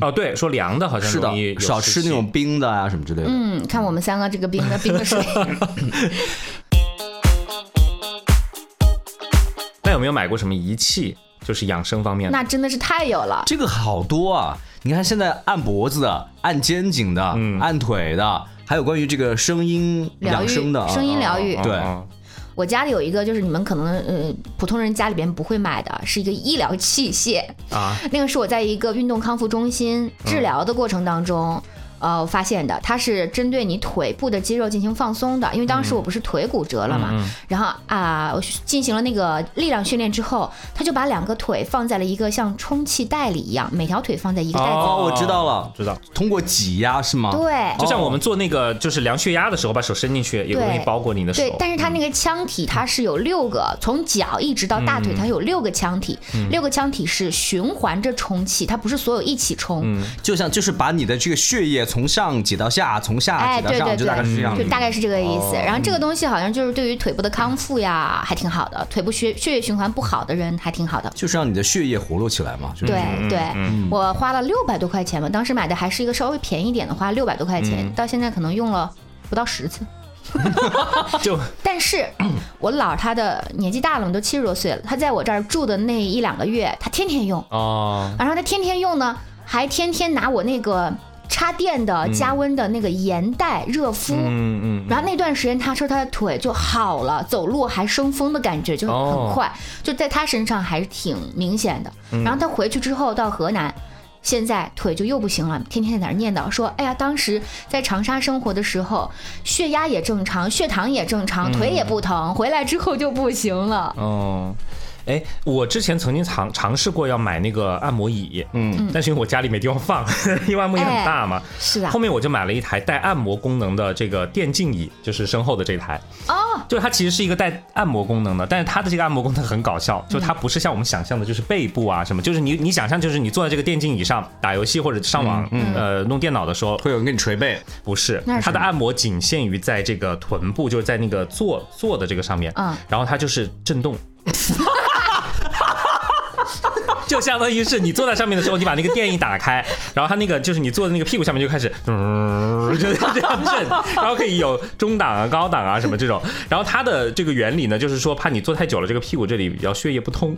Speaker 2: 哦，对，说凉的好像
Speaker 3: 嗯是的
Speaker 2: 容易有，
Speaker 3: 少
Speaker 2: 湿
Speaker 3: 吃那
Speaker 2: 气
Speaker 3: 种冰的啊什么之类的。
Speaker 1: 嗯，看我们三个这个冰的冰的 水，
Speaker 2: 那有没有买过什么仪器，就是养生方面的？
Speaker 1: 那真的是太有了。
Speaker 3: 这个好多啊！你看现在按脖子的、按肩颈的、按腿的，还有关于这个声音
Speaker 1: 疗
Speaker 3: 养
Speaker 1: 愈
Speaker 3: 生的啊，
Speaker 1: 声音疗愈
Speaker 2: 哦
Speaker 3: 对
Speaker 2: 哦
Speaker 1: 我家里有一个，就是你们可能呃普通人家里边不会买的，是一个医疗器械。
Speaker 2: 啊，
Speaker 1: 那个是我在一个运动康复中心治疗的过程当中。呃，我发现的，它是针对你腿部的肌肉进行放松的，因为当时我不是腿骨折了嘛，然后啊，我进行了那个力量训练之后，他就把两个腿放在了一个像充气袋里一样，每条腿放在一个袋子里，
Speaker 3: 哦我知道了
Speaker 2: 知道。
Speaker 3: 通过挤压是吗？
Speaker 1: 对，
Speaker 2: 就像我们做那个就是量血压的时候，把手伸进去，有个东西
Speaker 1: 对
Speaker 2: 包裹你的手。
Speaker 1: 对，但是它那个腔体它是有六个，从脚一直到大腿，它有六个腔体，六个腔体是循环着充气，它不是所有一起充，
Speaker 3: 就像就是把你的这个血液从上挤到下，从下
Speaker 1: 哎，
Speaker 3: 挤到
Speaker 1: 对对
Speaker 3: 上，
Speaker 1: 对，
Speaker 3: 就大概是这样
Speaker 1: 就
Speaker 3: 的。
Speaker 1: 大概是这个意思。然后这个东西好像就是对于腿部的康复呀，还挺好的。腿部血血液循环不好的人还挺好的。
Speaker 3: 就是让你的血液活络起来嘛，就是
Speaker 1: 对
Speaker 2: 嗯
Speaker 1: 对，我花了六百多块钱吧，当时买的还是一个稍微便宜一点的，花六百多块钱，到现在可能用了不到十次。
Speaker 2: 就
Speaker 1: 但是我姥儿她的年纪大了嘛，都七十多岁了，她在我这儿住的那一两个月，她天天用，
Speaker 2: 哦，
Speaker 1: 然后她天天用呢，还天天拿我那个插电的加温的那个盐袋热敷。
Speaker 2: 嗯嗯，
Speaker 1: 然后那段时间，他说他的腿就好了，走路还生风的感觉就很快，
Speaker 2: 哦
Speaker 1: 就在他身上还是挺明显的。
Speaker 2: 嗯
Speaker 1: 然后他回去之后到河南，现在腿就又不行了，天天在那儿念叨说：“哎呀，当时在长沙生活的时候，血压也正常，血糖也正
Speaker 2: 嗯
Speaker 1: 常，腿也不疼，回来之后就不行了。
Speaker 2: 哦，哎，我之前曾经尝尝试过要买那个按摩椅，嗯，但是因为我家里没地方放， 因为按摩椅很大嘛。”
Speaker 1: 哎是啊的
Speaker 2: 后，面我就买了一台带按摩功能的这个电竞椅，就是身后的这台。
Speaker 1: 哦，
Speaker 2: 就是它其实是一个带按摩功能的，但是它的这个按摩功能很搞
Speaker 1: 嗯
Speaker 2: 笑，就它不是像我们想象的，就是背部啊什么，就是你你想象就是你坐在这个电竞椅上打游戏或者上网、
Speaker 1: 嗯
Speaker 2: 呃弄电脑的时候，
Speaker 3: 会有人给你捶背，
Speaker 2: 不是
Speaker 1: 那是，
Speaker 2: 它的按摩仅限于在这个臀部，就是在那个坐坐的这个上面，
Speaker 1: 嗯。
Speaker 2: 然后它就是震动。 就相当于是你坐在上面的时候，你把那个电一打开，然后它那个就是你坐在那个屁股下面就开始， 嗯就这样震，然后可以有中档啊、高档啊什么这种。然后它的这个原理呢，就是说怕你坐太久了，这个屁股这里比较血液不通，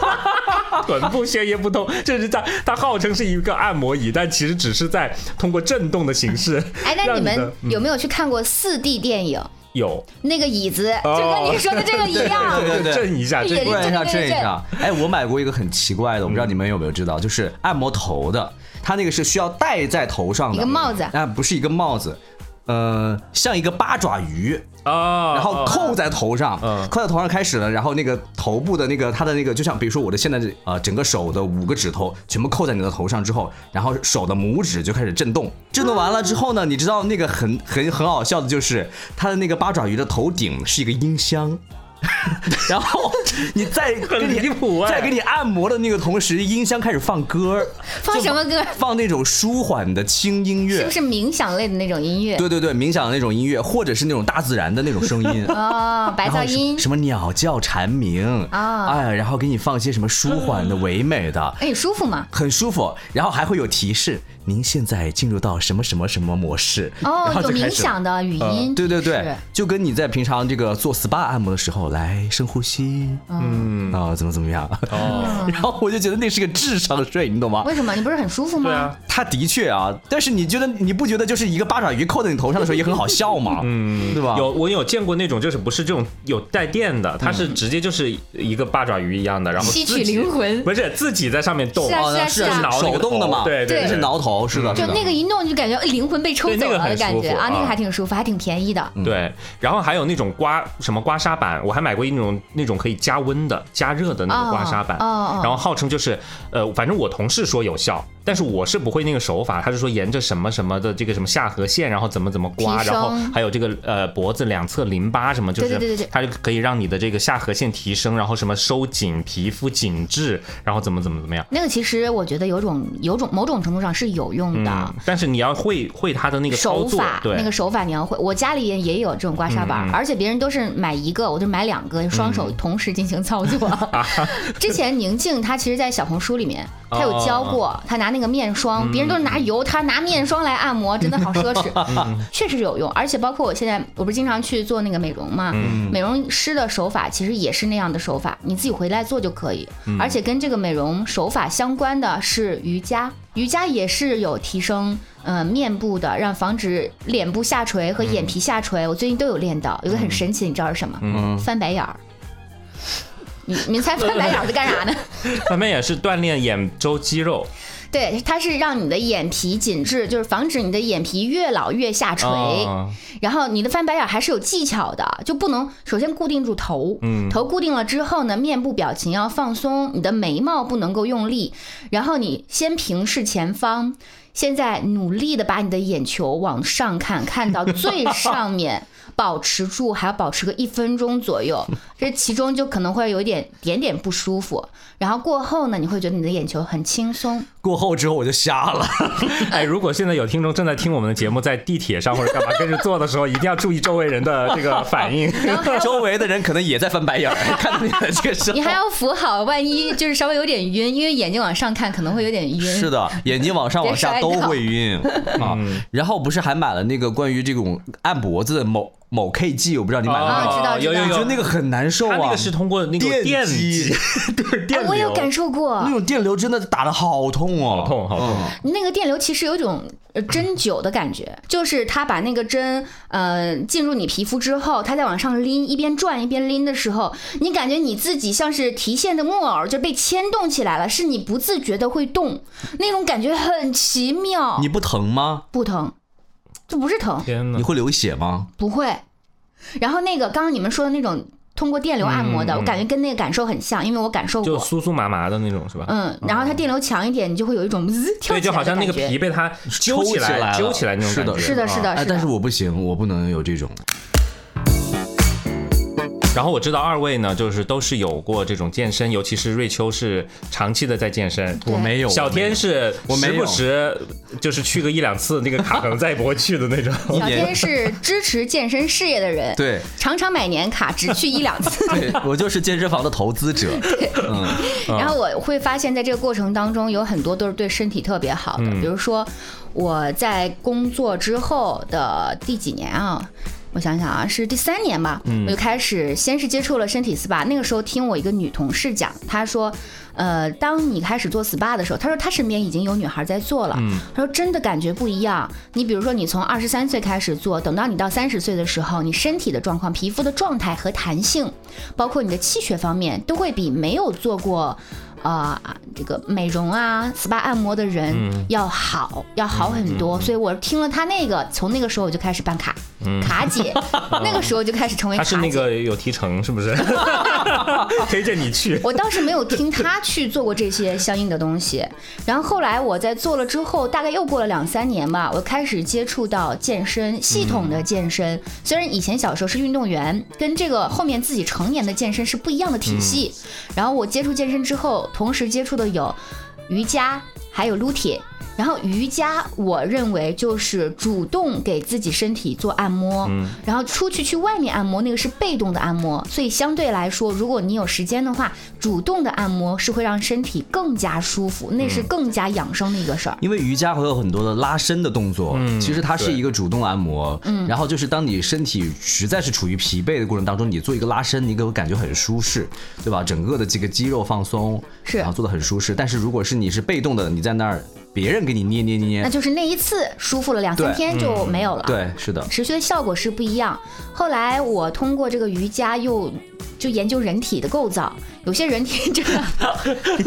Speaker 2: 臀部血液不通，这是它它号称是一个按摩椅，但其实只是在通过震动的形式
Speaker 1: 哎，那
Speaker 2: 让
Speaker 1: 你们
Speaker 2: 的嗯
Speaker 1: 有没有去看过四 D 电影？
Speaker 2: 有
Speaker 1: 那个椅子就跟你说的这个一样。
Speaker 3: 哦 对对对
Speaker 2: 震一下，
Speaker 1: 这
Speaker 2: 震
Speaker 1: 哎也
Speaker 2: 一
Speaker 1: 是
Speaker 2: 下
Speaker 3: 问一
Speaker 1: 对
Speaker 3: 下
Speaker 1: 对
Speaker 3: 这
Speaker 1: 对
Speaker 3: 一下，哎，我买过一个很奇怪的，我不知道你们有没有知道，就是按摩头的，它那个是需要戴在头上的
Speaker 1: 一个帽子
Speaker 3: 啊，不是一个帽子，呃，像一个八爪鱼，
Speaker 2: 哦，
Speaker 3: 然后
Speaker 2: 哦
Speaker 3: 扣在头上，
Speaker 2: 嗯
Speaker 3: 扣在头上开始了，然后那个头部的那个它的那个，就像比如说我的现在这呃整个手的五个指头全部扣在你的头上之后，然后手的拇指就开始震动，震动完了之后呢，你知 道那个很很很好笑的就是它的那个八爪鱼的头顶是一个音箱。然后你再给
Speaker 2: 很
Speaker 3: 你
Speaker 2: 离谱哎
Speaker 3: 再给你按摩的那个同时，音箱开始放歌，
Speaker 1: 放什么歌
Speaker 3: 就放那种舒缓的轻音乐，
Speaker 1: 是不是冥想类的那种音乐？
Speaker 3: 对对对，冥想的那种音乐，或者是那种大自然的那种声 音。
Speaker 1: 哦，白
Speaker 3: 然后
Speaker 1: 噪音
Speaker 3: 什，什么鸟叫蝉鸣
Speaker 1: 啊
Speaker 3: 哎，然后给你放一些什么 舒缓的、唯美的，
Speaker 1: 哎，舒服吗？
Speaker 3: 很舒服，然后还会有提示，您现在进入到什么什么什么模式，
Speaker 1: 哦
Speaker 3: 然，后
Speaker 1: 有
Speaker 3: 就
Speaker 1: 冥
Speaker 3: 开始了。哦
Speaker 1: 想的语音，
Speaker 3: 对对对
Speaker 1: 是，
Speaker 3: 就跟你在平常这个做 SPA 按摩的时候，来深呼吸，嗯啊、怎么怎么样，
Speaker 2: 哦，
Speaker 3: 然后我就觉得那是个智商税，你懂吗？
Speaker 1: 为什么？你不是很舒服
Speaker 2: 对
Speaker 1: 吗？
Speaker 2: 啊，
Speaker 3: 他的确啊，但是你觉得你不觉得就是一个八爪鱼扣在你头上的时候也很好笑吗？嗯，对吧？
Speaker 2: 有我有见过那种，就是不是这种有带电的，它是直接就是一个八爪鱼一样的，然后
Speaker 1: 吸
Speaker 2: 自
Speaker 1: 取
Speaker 2: 己
Speaker 1: 灵魂
Speaker 2: 不是自己在上面动
Speaker 1: 是，啊
Speaker 3: 哦，那
Speaker 1: 是
Speaker 2: 是啊
Speaker 3: 是手动的嘛，
Speaker 2: 对
Speaker 1: 对对
Speaker 3: 那是挠头，是的，
Speaker 1: 就是
Speaker 3: 的
Speaker 1: 那个一弄就感觉哎灵魂被抽
Speaker 2: 对那
Speaker 1: 走
Speaker 2: 个
Speaker 1: 了的
Speaker 2: 很
Speaker 1: 感
Speaker 2: 舒
Speaker 1: 觉
Speaker 2: 服
Speaker 1: 啊，那个
Speaker 2: 啊
Speaker 1: 还挺舒服，还挺便宜的。
Speaker 2: 对，然后还有那种刮什么刮痧板，我还买过一种那种可以加温的、加热的那个刮痧板，
Speaker 1: 哦哦哦
Speaker 2: 然后号称就是呃，反正我同事说有效，但是我是不会那个手法，他是说沿着什么什么的这个什么下颌线，然后怎么怎么刮，
Speaker 1: 提升
Speaker 2: 然后还有这个呃脖子两侧淋巴什么，就是
Speaker 1: 对对对对对
Speaker 2: 它就可以让你的这个下颌线提升，然后什么收紧皮肤紧致，然后怎么怎么怎么样。
Speaker 1: 那个其实我觉得有种有种某种程度上是有用的。
Speaker 2: 嗯，但是你要会会它的那个操
Speaker 1: 手
Speaker 2: 作
Speaker 1: 法，，
Speaker 2: 对，嗯
Speaker 1: 那个手法你要会。我家里人也有这种刮痧板，而且别人都是买一个，我就买两个，双手同时进行操 作。之前宁静她其实，在小红书里面，她有教过，她拿那个面霜，别人都是拿油，她拿面霜来按摩，真的好奢侈，确实有用。而且包括我现在，我不是经常去做那个美容嘛，美容师的手法其实也是那样的手法，你自己回来做就可以。而且跟这个美容手法相关的是瑜伽。瑜伽也是有提升，呃，面部的，让防止脸部下垂和眼皮下垂。我最近都有练到，有个很神奇的，你知道是什么？翻白眼儿。你你猜翻白眼儿是干啥呢？
Speaker 2: 反面也是锻炼眼周肌肉，
Speaker 1: 对，它是让你的眼皮紧致，就是防止你的眼皮越老越下垂。
Speaker 2: 啊
Speaker 1: 然后你的翻白眼儿还是有技巧的，就不能首先固定住头，头固定了之后呢，面部表情要放松，你的眉毛不能够用力，然后你先平视前方，现在努力的把你的眼球往上看，看到最上面。保持住，还要保持个一分钟左右，这其中就可能会有一点点点不舒服。然后过后呢，你会觉得你的眼球很轻松，
Speaker 3: 过后之后我就瞎了。
Speaker 2: 哎，如果现在有听众正在听我们的节目，在地铁上或者干嘛跟着做的时候，一定要注意周围人的这个 反应。
Speaker 3: 周围的人可能也在翻白眼儿，看到你的这个 时
Speaker 1: 你
Speaker 3: 候
Speaker 1: 还。要扶好，万一就是稍微有点晕，因为眼睛往上看可能会有点晕。哎
Speaker 3: 是的，眼睛往上往下
Speaker 1: 别
Speaker 3: 都
Speaker 1: 摔倒
Speaker 3: 会晕啊。
Speaker 2: 嗯
Speaker 3: 然后不是还买了那个关于这种按脖子的某某 KG，我不知道你买
Speaker 1: 啊
Speaker 3: 了没
Speaker 1: 知
Speaker 3: 有？
Speaker 1: 道
Speaker 2: 有
Speaker 1: 知
Speaker 2: 有
Speaker 1: 道
Speaker 3: 我觉
Speaker 2: 有，
Speaker 3: 得那个很难受
Speaker 2: 它
Speaker 3: 啊。
Speaker 2: 那个是通过那个
Speaker 3: 电
Speaker 2: 击
Speaker 3: 击，
Speaker 2: 对
Speaker 1: 哎
Speaker 2: 电流，
Speaker 1: 我有感受过
Speaker 3: 那，种电流真的打的好痛哦，
Speaker 2: 好痛好痛。
Speaker 1: 那个电流其实有一种
Speaker 3: 嗯
Speaker 1: 呃针灸的感觉，就是它把那个针呃进入你皮肤之后，它再往上拎，一边转一边拎的时候，你感觉你自己像是提线的木偶，就被牵动起来了，是你不自觉的会动，那种感觉很奇妙。
Speaker 3: 你不疼吗？
Speaker 1: 不疼，这不是疼，
Speaker 2: 天哪
Speaker 3: 你！会流血吗？
Speaker 1: 不会。然后那个刚刚你们说的那种通过电流按摩的，我感觉跟那个感受很像，因为我感受
Speaker 2: 嗯就
Speaker 1: 过。
Speaker 2: 酥酥麻麻的那种是吧？
Speaker 1: 嗯，然后它电流强一点，你就会有一种滋跳
Speaker 2: 对，
Speaker 1: 起
Speaker 2: 就
Speaker 1: 来
Speaker 2: 好
Speaker 1: 的
Speaker 2: 像那
Speaker 1: 感
Speaker 2: 个
Speaker 1: 觉
Speaker 2: 皮被它揪起
Speaker 3: 抽起来
Speaker 2: 来、
Speaker 3: 了
Speaker 2: 揪起来那种
Speaker 3: 是
Speaker 2: 感
Speaker 3: 的
Speaker 2: 觉。
Speaker 1: 是的，是
Speaker 2: 啊。
Speaker 1: 的，
Speaker 3: 哎，
Speaker 1: 是
Speaker 3: 但
Speaker 1: 的
Speaker 3: 是。我不行，我不能有这种。
Speaker 1: 啊
Speaker 2: 然后我知道二位呢，就是都是有过这种健身，尤其是瑞秋是长期的在健身。
Speaker 1: 我没
Speaker 3: 有
Speaker 2: 小天是
Speaker 3: 我没
Speaker 2: 时
Speaker 3: 有
Speaker 2: 不时就是去个一两次，那个卡可能再也不会去的那 种。
Speaker 1: 小天是支持健身事业的人，
Speaker 3: 对
Speaker 1: 常常买年卡，只去一两次。
Speaker 3: 对，我就是健身房的投资者。
Speaker 1: 然后我会发现，在这个过程当中，有很多都是对身体特别好的。比如说，我在工作之后的第几年啊？我想想啊，是第三年吧，我就开始先是接触了身体 SPA。那个时候听我一个女同事讲，她说，呃，当你开始做 SPA 的时候，她说她身边已经有女孩在做了，她说真的感觉不一样。你比如说，你从二十三岁开始做，等到你到三十岁的时候，你身体的状况、皮肤的状态和弹性，包括你的气血方面，都会比没有做过。啊、这个美容啊、SPA 按摩
Speaker 2: 嗯
Speaker 1: 的人要好，要好很多。所以我听了他那个，从那个时候我就开始办卡，卡 姐，那个时候就开始成为
Speaker 2: 嗯他
Speaker 1: 卡
Speaker 2: 是
Speaker 1: 姐。
Speaker 2: 那个有提成是不 是？推荐你 去。
Speaker 1: 我倒是没有听他去做过这些相应的东西。然后后来我在做了之后，大概又过了两三年吧，我开始接触到健身，系统的健身。虽然以前小时候是运动员，跟这个后面自己成年的健身是不一样的体系。然后我接触健身之后，同时接触的有瑜伽，还有撸铁。然后瑜伽，我认为就是主动给自己身体做按摩，然后出去去外面按摩，那个是被动的按摩，所以相对来说，如果你有时间的话，主动的按摩是会让身体更加舒服，那是更加养生的一个事儿。
Speaker 3: 因为瑜伽会有很多的拉伸的动作，其实它是
Speaker 2: 对
Speaker 3: 一个主动按摩。
Speaker 1: 嗯
Speaker 3: 然后就是当你身体实在是处于疲惫的过程当中，你做一个拉伸，你给我感觉很舒适，对吧？整个的这个肌肉放松，
Speaker 1: 是
Speaker 3: 然后做的很舒适。但是如果是你是被动的，你在那儿别人给你捏捏捏
Speaker 1: 那
Speaker 3: 捏，
Speaker 1: 就是那一次舒服了两三
Speaker 3: 对
Speaker 1: 天就没有了。
Speaker 3: 对，嗯 是的，
Speaker 1: 持续的效果是不一样。后来我通过这个瑜伽又就研究人体的构造，有些人体真的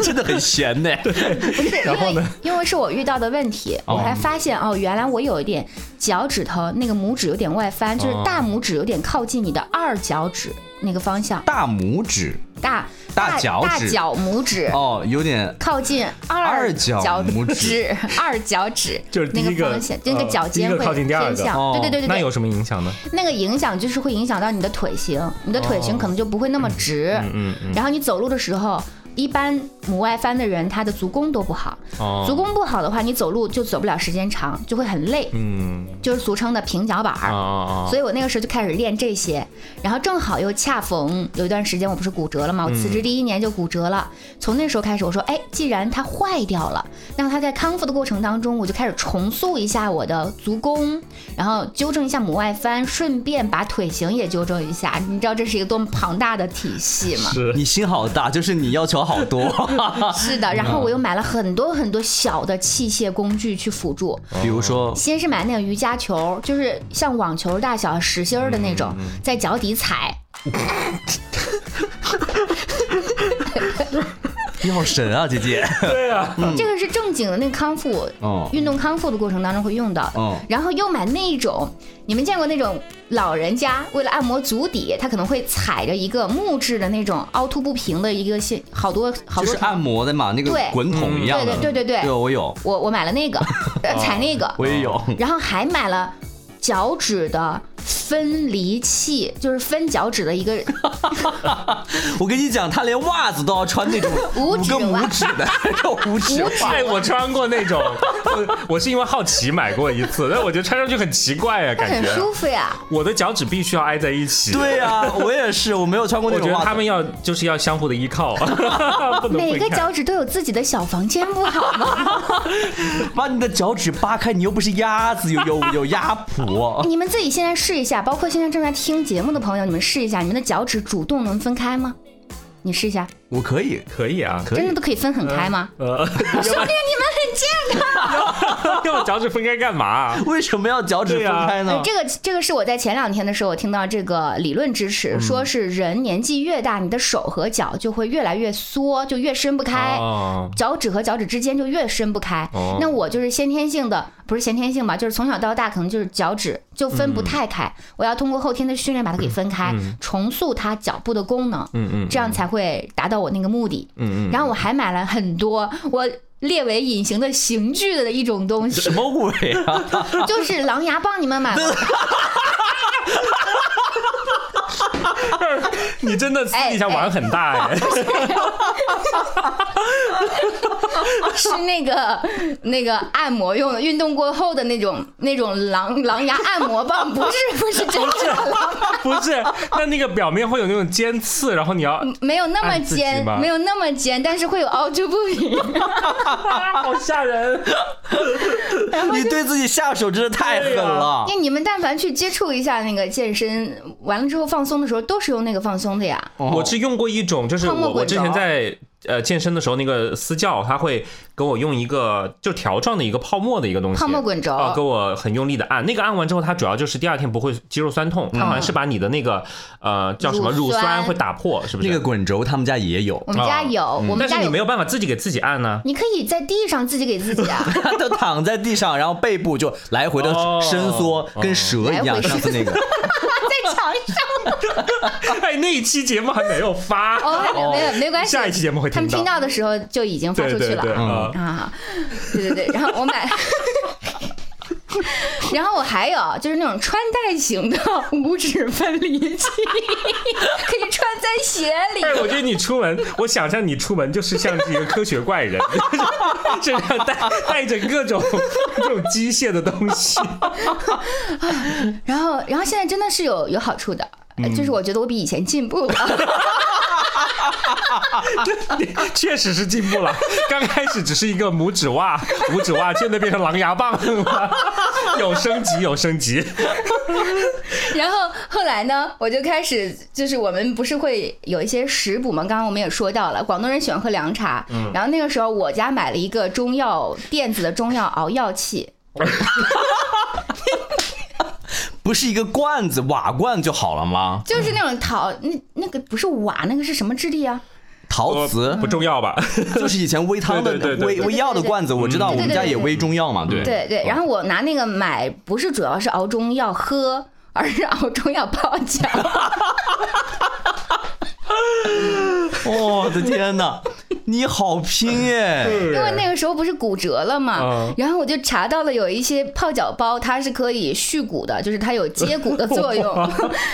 Speaker 3: 真的很闲呢。
Speaker 1: 不是因为因为是我遇到的问题，我还发现哦，原来我有一点脚趾头那个拇指有点外翻，就是
Speaker 2: 哦
Speaker 1: 大拇指有点靠近你的二脚趾那个方向，
Speaker 3: 大拇指
Speaker 1: 大
Speaker 3: 大
Speaker 1: 大
Speaker 3: 脚
Speaker 1: 大
Speaker 3: 趾
Speaker 1: 脚拇指。
Speaker 3: 哦，有点
Speaker 1: 靠近二
Speaker 3: 二脚拇指
Speaker 1: 指，二脚趾
Speaker 2: 就是第
Speaker 1: 那
Speaker 2: 一个
Speaker 1: 方向，就那
Speaker 2: 呃
Speaker 1: 个脚尖
Speaker 2: 第一
Speaker 1: 会
Speaker 2: 个靠近第二
Speaker 1: 偏
Speaker 2: 个
Speaker 1: 向，
Speaker 3: 哦
Speaker 1: 对对对对
Speaker 2: 那
Speaker 1: 对，
Speaker 2: 有什么影响呢？
Speaker 1: 那个影响就是会影响到你的腿型，你的腿型可能就不会那么直。
Speaker 2: 哦嗯嗯
Speaker 1: 然后你走路的时候，一般母外翻的人，他的足弓都不好。
Speaker 2: 哦
Speaker 1: 足弓不好的话，你走路就走不了时间长，就会很累，
Speaker 2: 嗯
Speaker 1: 就是俗称的平脚板
Speaker 2: 啊
Speaker 1: 儿。
Speaker 2: 啊啊
Speaker 1: 所以我那个时候就开始练这些，然后正好又恰逢有一段时间我不是骨折
Speaker 2: 嗯
Speaker 1: 了嘛，我辞职第一年就骨折了。从那时候开始，我说，哎，既然它坏掉了，那它在康复的过程当中，我就开始重塑一下我的足弓，然后纠正一下母外翻，顺便把腿型也纠正一下。你知道这是一个多么庞大的体系吗？
Speaker 2: 是
Speaker 3: 你心好大，就是你要求好 多，
Speaker 1: 是的，然后我又买了很多很多小的器械工具去辅助，
Speaker 3: 比如说
Speaker 1: 先是买那个瑜伽球，就是像网球大小实心儿的那
Speaker 3: 嗯
Speaker 1: 种，在脚底踩。
Speaker 3: 药神啊，姐姐，
Speaker 1: 这个是正经的那个康复、
Speaker 3: 嗯哦
Speaker 1: 运动康复的过程当中会用到的。
Speaker 3: 哦
Speaker 1: 然后又买那种，你们见过那种老人家为了按摩足底，他可能会踩着一个木质的那种凹凸不平的一个线，好多好
Speaker 3: 就
Speaker 1: 多
Speaker 3: 是
Speaker 1: 条。
Speaker 3: 按摩的嘛，那个
Speaker 1: 对
Speaker 3: 滚筒一样的，嗯
Speaker 1: 对对对对对
Speaker 3: 对我有，
Speaker 1: 我我买了 那个， 呃踩那个，
Speaker 3: 我也有，
Speaker 2: 哦
Speaker 1: 然后还买了脚趾的分离器，就是分脚趾的一个
Speaker 3: 我跟你讲，他连袜子都要穿那种
Speaker 1: 五
Speaker 3: 五
Speaker 1: 指
Speaker 3: 个
Speaker 1: 袜
Speaker 3: 拇指的，叫五指袜。
Speaker 2: 哎，我穿过那种， 我我是因为好奇买过一次，但我觉得穿上去很奇怪啊，
Speaker 1: 它
Speaker 2: 感
Speaker 1: 很
Speaker 2: 觉
Speaker 1: 舒服呀。
Speaker 2: 我的脚趾必须要挨在一起。，
Speaker 3: 对呀、我也是，我没有穿过那
Speaker 2: 我觉
Speaker 3: 种
Speaker 2: 得
Speaker 3: 袜
Speaker 2: 他
Speaker 3: 子。
Speaker 2: 们要就是要相互的依靠， 不能
Speaker 1: 每
Speaker 2: 分
Speaker 1: 个
Speaker 2: 开。
Speaker 1: 脚趾都有自己的小房间，不好吗？
Speaker 3: 把你的脚趾扒开，你又不是鸭子，有 有有鸭蹼。
Speaker 1: 你们自己现在试一下，包括现在正在听节目的朋友，你们试一下，你们的脚趾主动能分开吗？你试一下，
Speaker 3: 我可以，
Speaker 2: 可以啊，
Speaker 3: 可以
Speaker 1: 真的都可以分很开吗？
Speaker 2: 呃，
Speaker 1: 说明你们很健康。
Speaker 2: 要 脚趾分开干嘛啊？
Speaker 3: 为什么要脚趾分开 呢？
Speaker 1: 呃这个这个是我在前两天的时候，我听到这个理论支
Speaker 3: 嗯
Speaker 1: 持，说是人年纪越大，你的手和脚就会越来越缩，就越伸不开。
Speaker 2: 哦
Speaker 1: 脚趾和脚趾之间就越伸不开。
Speaker 2: 哦
Speaker 1: 那我就是先天性的，不是先天性吧，就是从小到大可能就是脚趾就分
Speaker 2: 嗯
Speaker 1: 不太开。我要通过后天的训练把它给分开，重塑它脚部的功能，
Speaker 2: 嗯嗯
Speaker 1: 这样才会达到我那个目的。
Speaker 2: 嗯嗯，
Speaker 1: 然后我还买了很多我。列为隐形的刑具的一种东西
Speaker 3: 什，么鬼啊！
Speaker 1: 就是狼牙棒，你们买过吗？
Speaker 2: 你真的私底下玩很大哎，
Speaker 1: 是那个那个按摩用的，运动过后的那种那种狼狼牙按摩棒，不是不是真
Speaker 2: 哦
Speaker 1: 正的狼
Speaker 2: 不是？那那个表面会有那种尖刺，然后你要
Speaker 1: 没有那么
Speaker 2: 按自己
Speaker 1: 尖
Speaker 2: 吗，
Speaker 1: 没有那么尖，但是会有凹凸不 平。
Speaker 2: 啊，好吓人。
Speaker 3: 你对自己下手真的太狠了。
Speaker 1: 因为你们但凡去接触一下那个健身，
Speaker 3: 哦
Speaker 2: 哦
Speaker 1: 完了之后放松的时候，都是用那个放松的呀。
Speaker 2: 我是用过一种，就是
Speaker 1: 泡沫哦
Speaker 2: 我我
Speaker 1: 滚
Speaker 2: 之
Speaker 1: 轴
Speaker 2: 前在呃健身的时候那个私教他会给我用一个就条状的一个泡沫的一个东西，
Speaker 1: 泡沫哦滚轴
Speaker 2: 啊、给我很用力的按，那个按完之后，它主要就是第二天不会肌肉酸
Speaker 1: 嗯
Speaker 2: 痛，它好像是把你的那个呃叫什么
Speaker 1: 乳
Speaker 2: 乳
Speaker 1: 酸
Speaker 2: 酸会打破，是不是？
Speaker 3: 那个滚轴他们家也 有
Speaker 1: 我，们家
Speaker 2: 啊
Speaker 1: 有，我们
Speaker 2: 但是
Speaker 1: 家
Speaker 2: 你
Speaker 1: 有
Speaker 2: 没，有办法自己给自己按啊 呢、
Speaker 1: 你可以在地上自己给自己 啊。
Speaker 3: 他都躺在地上，然后背部就来回的
Speaker 2: 哦
Speaker 3: 伸缩，跟蛇一
Speaker 1: 来
Speaker 3: 样。
Speaker 1: 回
Speaker 3: 上次那个，
Speaker 1: 在墙上。
Speaker 2: 哎，那一期节目还没有发，
Speaker 1: 哦，还没没有没关系，
Speaker 2: 下一期节目会
Speaker 1: 他们听
Speaker 2: 到。
Speaker 1: 到的时候就已经发
Speaker 2: 对
Speaker 1: 出去
Speaker 2: 对
Speaker 1: 了
Speaker 2: 对，
Speaker 3: 嗯
Speaker 2: 啊
Speaker 1: 啊。对对对，然后我买。 然后我还有就是那种穿戴型的五指分离器， 可以穿在鞋里。
Speaker 2: 哎，我觉得你出门，我想象你出门就是像一个科学怪人， 身上带带着各种各种机械的东西。
Speaker 1: 然后，然后现在真的是有有好处的，呃就是我觉得我比以前进步了。
Speaker 2: 确实是进步了。刚开始只是一个拇指袜，拇指袜现在变成狼牙棒了，有升级，有升级。
Speaker 1: 然后后来呢，我就开始就是我们不是会有一些食补嘛，刚刚我们也说到了，广东人喜欢喝凉茶。然后那个时候我家买了一个中药电子的中药熬药器，
Speaker 3: 不是一个罐子瓦罐就好了吗？
Speaker 1: 就是那种陶那那个不是瓦，那个是什么质地啊？
Speaker 3: 陶
Speaker 2: 我
Speaker 3: 瓷
Speaker 2: 不重要吧？
Speaker 3: 就是以前煨汤
Speaker 2: 对
Speaker 3: 的
Speaker 2: 对对对
Speaker 3: 煨
Speaker 2: 对
Speaker 3: 煨药的罐子，我知道
Speaker 1: 对
Speaker 3: 我
Speaker 1: 对
Speaker 3: 们家也
Speaker 1: 对
Speaker 3: 煨中药嘛，对
Speaker 1: 对对，然后我拿那个买，不是主要是熬中药喝，而是熬中药泡脚。
Speaker 3: 哦我的天哪，你好拼耶！
Speaker 1: 因为那个时候不是骨折了嘛，
Speaker 2: 嗯
Speaker 1: 然后我就查到了有一些泡脚包，它是可以续骨的，就是它有接骨的作 用。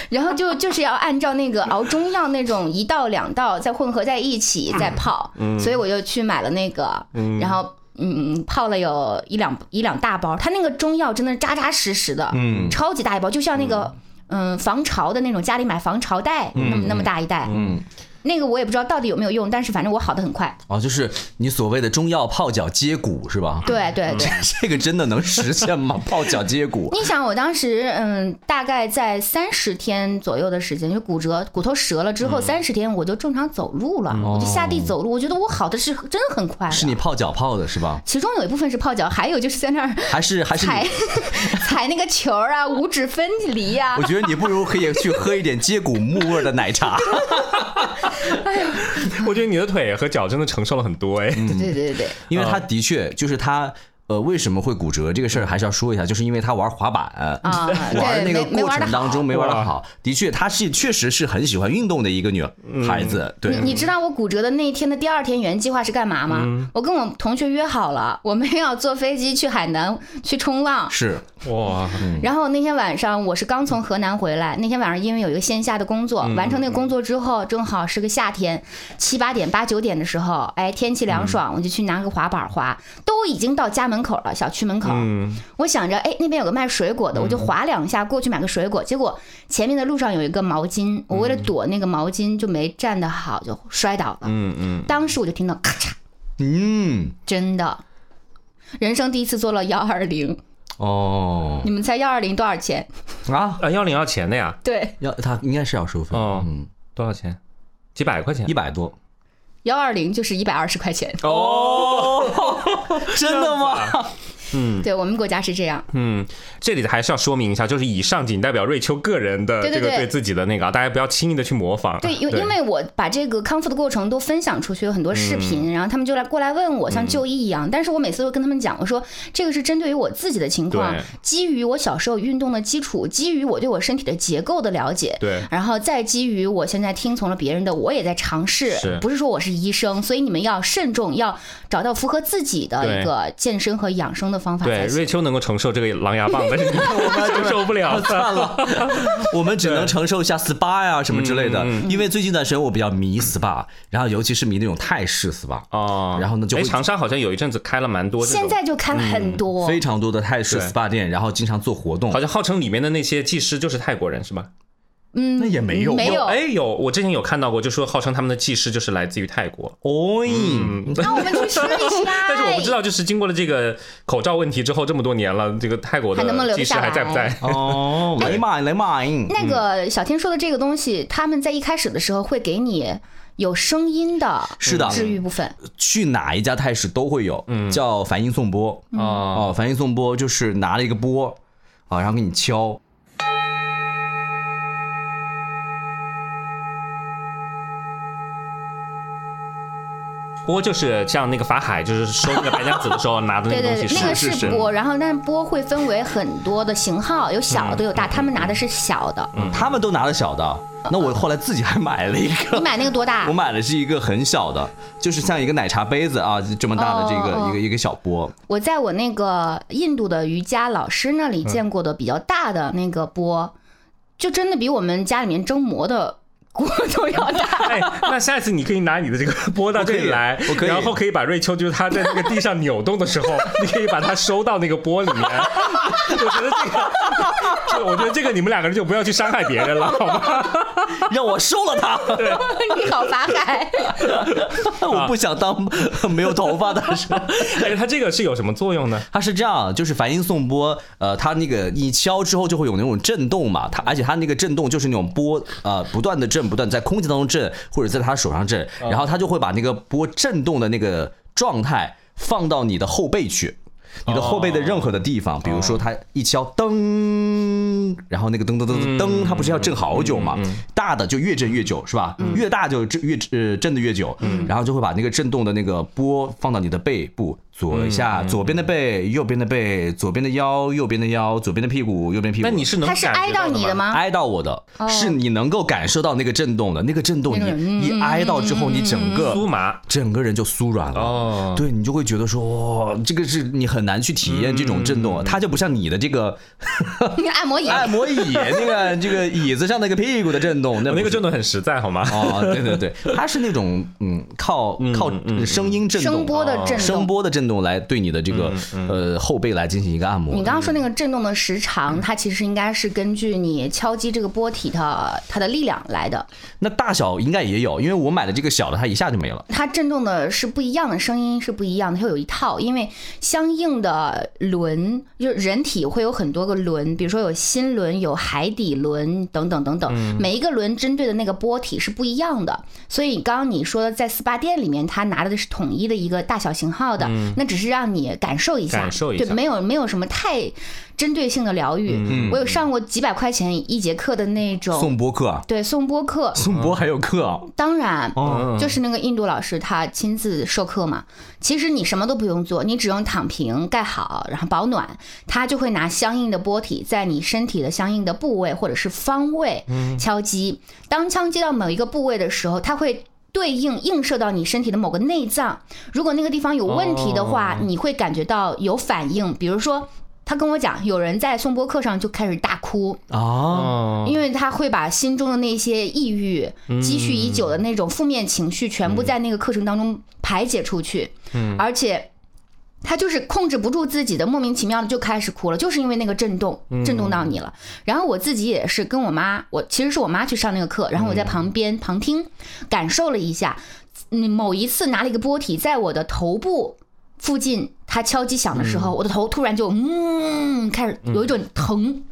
Speaker 1: 然后就就是要按照那个熬中药那种一道两道再混合在一起再泡，所以我就去买了那个，然后。嗯，泡了有一两一两大包，它那个中药真的是扎扎实实的，嗯，超级大一包，就像那个嗯防潮的那种，家里买防潮袋那么那么大一袋，嗯，那个我也不知道到底有没有用，但是反正我好的很快，
Speaker 3: 哦，就是你所谓的中药泡脚接骨是吧？
Speaker 1: 对对对，
Speaker 3: 这个真的能实现吗？ 泡脚接 骨？
Speaker 1: 你想，我当时嗯，大概在三十天左右的时间，就骨折骨头折了之
Speaker 3: 嗯
Speaker 1: 后，三十天我就正常走路了，我就下地走路。我觉得我好的是真的很快的。
Speaker 3: 哦是你泡脚泡的是吧？
Speaker 1: 其中有一部分是泡脚，还有就是在那儿
Speaker 3: 还是还是
Speaker 1: 踩
Speaker 3: 你？
Speaker 1: 踩那个球儿啊，五指分离啊呀、
Speaker 3: 我觉得你不如可以去喝一点接骨木味儿的奶茶。
Speaker 2: 我觉得你的腿和脚真的承受了很多哎。
Speaker 1: 对对对对，
Speaker 3: 因为他的确就是他。呃，为什么会骨折这个事儿还是要说一下，就是因为他玩滑板，
Speaker 1: 啊对
Speaker 3: 玩那个
Speaker 1: 没没
Speaker 3: 过
Speaker 1: 玩得
Speaker 3: 程当中
Speaker 1: 好
Speaker 3: 没玩的
Speaker 2: 哇
Speaker 3: 好。的确，她是确实是很喜欢运动的一个女孩子，对，嗯
Speaker 1: 你你知道我骨折的那一天的第二天原计划是干嘛吗？我跟我同学约好了，我们要坐飞机去海南去冲浪，
Speaker 3: 是
Speaker 2: 哇，
Speaker 1: 然后那天晚上我是刚从河南回来，那天晚上因为有一个线下的工作，完成那个工作之后，正好是个夏天，七八点八九点的时候，哎，天气凉爽，我就去拿个滑板滑，都已经到家门口了，小区门口，我想着哎那边有个卖水果的，我就滑两下过去买个水果，结果前面的路上有一个毛巾，我为了躲那个毛巾就没站得好，就摔倒了，
Speaker 2: 嗯嗯，
Speaker 1: 当时我就听到咔嚓，
Speaker 3: 嗯，
Speaker 1: 真的，人生第一次坐了幺二零，
Speaker 3: 哦
Speaker 1: 你们猜幺二零多少钱？
Speaker 3: 啊，
Speaker 2: 啊幺零要钱的呀？
Speaker 1: 对。
Speaker 3: 要他应该是要收费，
Speaker 2: 哦
Speaker 3: 嗯，
Speaker 2: 多少钱？几百块钱
Speaker 3: 一？百多，
Speaker 1: 幺二零就是一百二十块钱。
Speaker 2: 哦，
Speaker 3: 真的吗？
Speaker 1: 对我们国家是这样。
Speaker 2: 嗯，这里还是要说明一下，就是以上仅代表瑞秋个人的
Speaker 1: 对对
Speaker 2: 这个
Speaker 1: 对
Speaker 2: 对自己的那个啊，大家不要轻易的去模仿。
Speaker 1: 对，因因为我把这个康复的过程都分享出去，有很多视频，然后他们就来过来问我，像就医一样。但是我每次都跟他们讲，我说这个是针对于我自己的情况
Speaker 2: 对，
Speaker 1: 基于我小时候运动的基础，基于我对我身体的结构的了解，
Speaker 2: 对
Speaker 1: 然后再基于我现在听从了别人的，我也在尝试，
Speaker 2: 是
Speaker 1: 不是说我是医生，所以你们要慎重，要找到符合自己的
Speaker 2: 对
Speaker 1: 一个健身和养生的方法
Speaker 2: 对，
Speaker 1: 才行。
Speaker 2: 瑞秋能够承受这个狼牙棒， 但是你承受不了。
Speaker 3: 算了，我们只能承受一下 SPA 呀、什么之类的，因为最近一段时间我比较迷 SPA，然后尤其是迷那种泰式 SPA，
Speaker 2: 哦，
Speaker 3: 然后呢就
Speaker 2: 哎，
Speaker 3: 会
Speaker 2: 长沙好像有一阵子开了蛮多这种，
Speaker 1: 现在就开了很多，
Speaker 3: 非常多的泰式
Speaker 2: 对
Speaker 3: SPA 店，然后经常做活动
Speaker 2: 好，像号称里面的那些技师就是泰国人是吧？
Speaker 3: 那也没有
Speaker 1: 嗯没有
Speaker 2: 哎有，我之前有看到过，就说号称他们的技师就是来自于泰国，。
Speaker 3: 哦，
Speaker 1: 那我们去吃一下
Speaker 2: 但是我不知道，就是经过了这个口罩问题之后这么多年了，这个泰国的
Speaker 1: 还能不能留得
Speaker 2: 技师
Speaker 1: 下来
Speaker 2: 还在不在？
Speaker 3: 哦，雷马雷马，
Speaker 1: 那个小天说的这个东西，他们在一开始的时候会给你有声音的
Speaker 3: 是的
Speaker 1: 治愈部分，
Speaker 3: 去哪一家泰式都会有，
Speaker 2: 嗯
Speaker 3: 叫梵音颂钵
Speaker 1: 嗯
Speaker 2: 啊
Speaker 3: 哦，梵音颂钵就是拿了一个钵啊，然后给你敲，
Speaker 2: 钵就是像那个法海，就是收那个白娘子的时候拿的那
Speaker 1: 对
Speaker 2: 个东
Speaker 1: 对
Speaker 2: 西
Speaker 1: 对，那个
Speaker 2: 是。
Speaker 3: 是
Speaker 1: 是
Speaker 3: 是
Speaker 1: 波，然后但是波会分为很多的型号，有小的有
Speaker 2: 嗯
Speaker 1: 大，他们拿的是小的。
Speaker 3: 他们都拿了小的，那我后来自己还买了一
Speaker 1: 你
Speaker 3: 个。
Speaker 1: 买那个多大
Speaker 3: 我？买的是一个很小的，就是像一个奶茶杯子啊，这么大的这个、
Speaker 1: 哦哦哦
Speaker 3: 一个一个小钵，
Speaker 1: 我在我那个印度的瑜伽老师那里见过的比较大的那个波，就真的比我们家里面蒸馍的锅都要大。
Speaker 2: 哎，那下次你可以拿你的这个钵到这里来，
Speaker 3: 我可以
Speaker 2: 然后可以把瑞秋，就是她在那个地上扭动的时候，你可以把它收到那个钵里面。 我觉得这个，这我觉得这个你们两个人就不要去伤害别人了，好吗？
Speaker 3: 让我收了它。
Speaker 1: 你好，法海，
Speaker 3: 我不想当 没有头发的人。
Speaker 2: 哎，它这个是有什么作用呢？
Speaker 3: 它是这样，就是梵音颂钵，呃，它那个一敲之后就会有那种震动嘛，它而且它那个震动就是那种波，呃，不断的震，不断地在空气当中震，或者在他手上震，然后它就会把那个波震动的那个状态放到你的后背去。你的后背的任何的地方，比如说它一敲噔，然后那个噔噔噔噔噔，它不是要震好久嘛？大的就越震越久，是吧？越大就震越呃震的越久，然后就会把那个震动的那个波放到你的背部，左一下，左边的背，右边的背，左边的腰，右边的腰，左边的屁股，右边屁股。
Speaker 2: 那你是哦能
Speaker 1: 他是
Speaker 2: 感觉
Speaker 1: 挨到你的
Speaker 2: 吗？哎
Speaker 1: 吗？
Speaker 3: 挨到我的，是你能够感受到那个震动的，那个震动
Speaker 2: 嗯
Speaker 1: 那个
Speaker 3: 你一挨到之后，你整
Speaker 2: 酥
Speaker 3: 个
Speaker 2: 麻
Speaker 3: 整个人就酥软了。
Speaker 2: 哦，
Speaker 3: 对你就会觉得说，哇、这个是你很难去体验这种震动，啊它就不像你的这个
Speaker 1: 按摩
Speaker 2: 哎
Speaker 1: 椅。
Speaker 3: 按摩椅那个这个椅子上那个屁股的震动，那
Speaker 2: 我那个
Speaker 3: 震
Speaker 2: 震动很实在，好吗？
Speaker 3: 哦，对对对，它是那种嗯，靠靠声音震动，
Speaker 1: 声波的震动
Speaker 3: 声波的震动来对你的这个呃后背来进行一个按摩。
Speaker 1: 你刚刚说那个震动的时长，它其实应该是根据你敲击这个波体的它的力量来的。
Speaker 3: 那大小应该也有，因为我买的这个小的，它一下就没了。
Speaker 1: 它震动的是不一样的，声音是不一样的，它有一套，因为相应的轮，就是人体会有很多个轮，比如说有心轮、有海底轮等等等等，
Speaker 2: 嗯
Speaker 1: 每一个轮针对的那个波体是不一样的。所以刚刚你说的在 SPA 店里面，它拿的是统一的一个大小型号的，那只是让你感受一下，
Speaker 2: 嗯感受一下
Speaker 1: 对，没有没有什么太针对性的疗愈。
Speaker 2: 嗯
Speaker 1: 我有上过几百块钱一节课的那种，
Speaker 3: 宋波课啊，
Speaker 1: 对，送播课，
Speaker 3: 宋波还有课啊，
Speaker 1: 当然，
Speaker 3: 哦
Speaker 1: 就是那个印度老师他亲自授课嘛。其实你什么都不用做，你只用躺平盖好，然后保暖，他就会拿相应的波体在你身体的相应的部位或者是方位敲击。当敲击到某一个部位的时候，它会。对应映射到你身体的某个内脏，如果那个地方有问题的话，
Speaker 2: 哦
Speaker 1: 你会感觉到有反应。比如说，他跟我讲，有人在颂钵课上就开始大哭，
Speaker 3: 啊，
Speaker 2: 哦，
Speaker 1: 因为他会把心中的那些抑郁、积蓄已久的那种负面情绪，全部在那个课程当中排解出去，而且。他就是控制不住自己的，莫名其妙的就开始哭了，就是因为那个震动震动到你了。然后我自己也是跟我妈，我其实是我妈去上那个课，然后我在旁边旁听，感受了一下。嗯，某一次拿了一个波体在我的头部附近，它敲击响的时候，我的头突然就嗯开始有一种疼。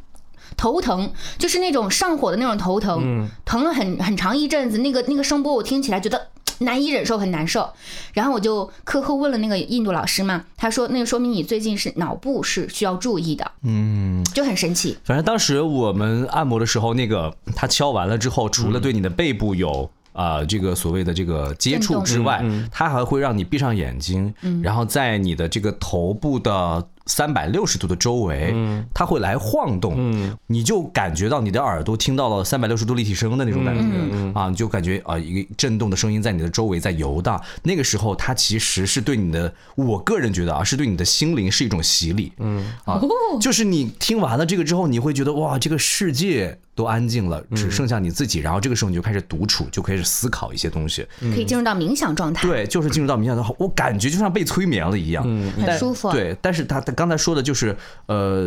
Speaker 1: 头疼，就是那种上火的那种头疼，疼了很很长一阵子。那个那个声波我听起来觉得难以忍受，很难受。然后我就课后问了那个印度老师嘛，他说那个说明你最近是脑部是需要注意的，嗯，就很神奇。
Speaker 3: 反正当时我们按摩的时候，那个它敲完了之后，除了对你的背部有。啊、这个所谓的这个接触之外，它还会让你闭上眼睛，然后在你的这个头部的三百六十度的周围，它会来晃动，你就感觉到你的耳朵听到了三百六十度立体声的那种感觉、啊，你就感觉啊、一个震动的声音在你的周围在游荡。那个时候，它其实是对你的，我个人觉得啊，是对你的心灵是一种洗礼，嗯啊，就是你听完了这个之后，你会觉得哇，这个世界都安静了，只剩下你自己。然后这个时候你就开始独处，就开始思考一些东西。
Speaker 1: 可以进入到冥想状态。
Speaker 3: 对，就是进入到冥想的话，我感觉就像被催眠了一样，嗯
Speaker 1: 很舒服啊
Speaker 3: 对，但是它的刚才说的就是，呃，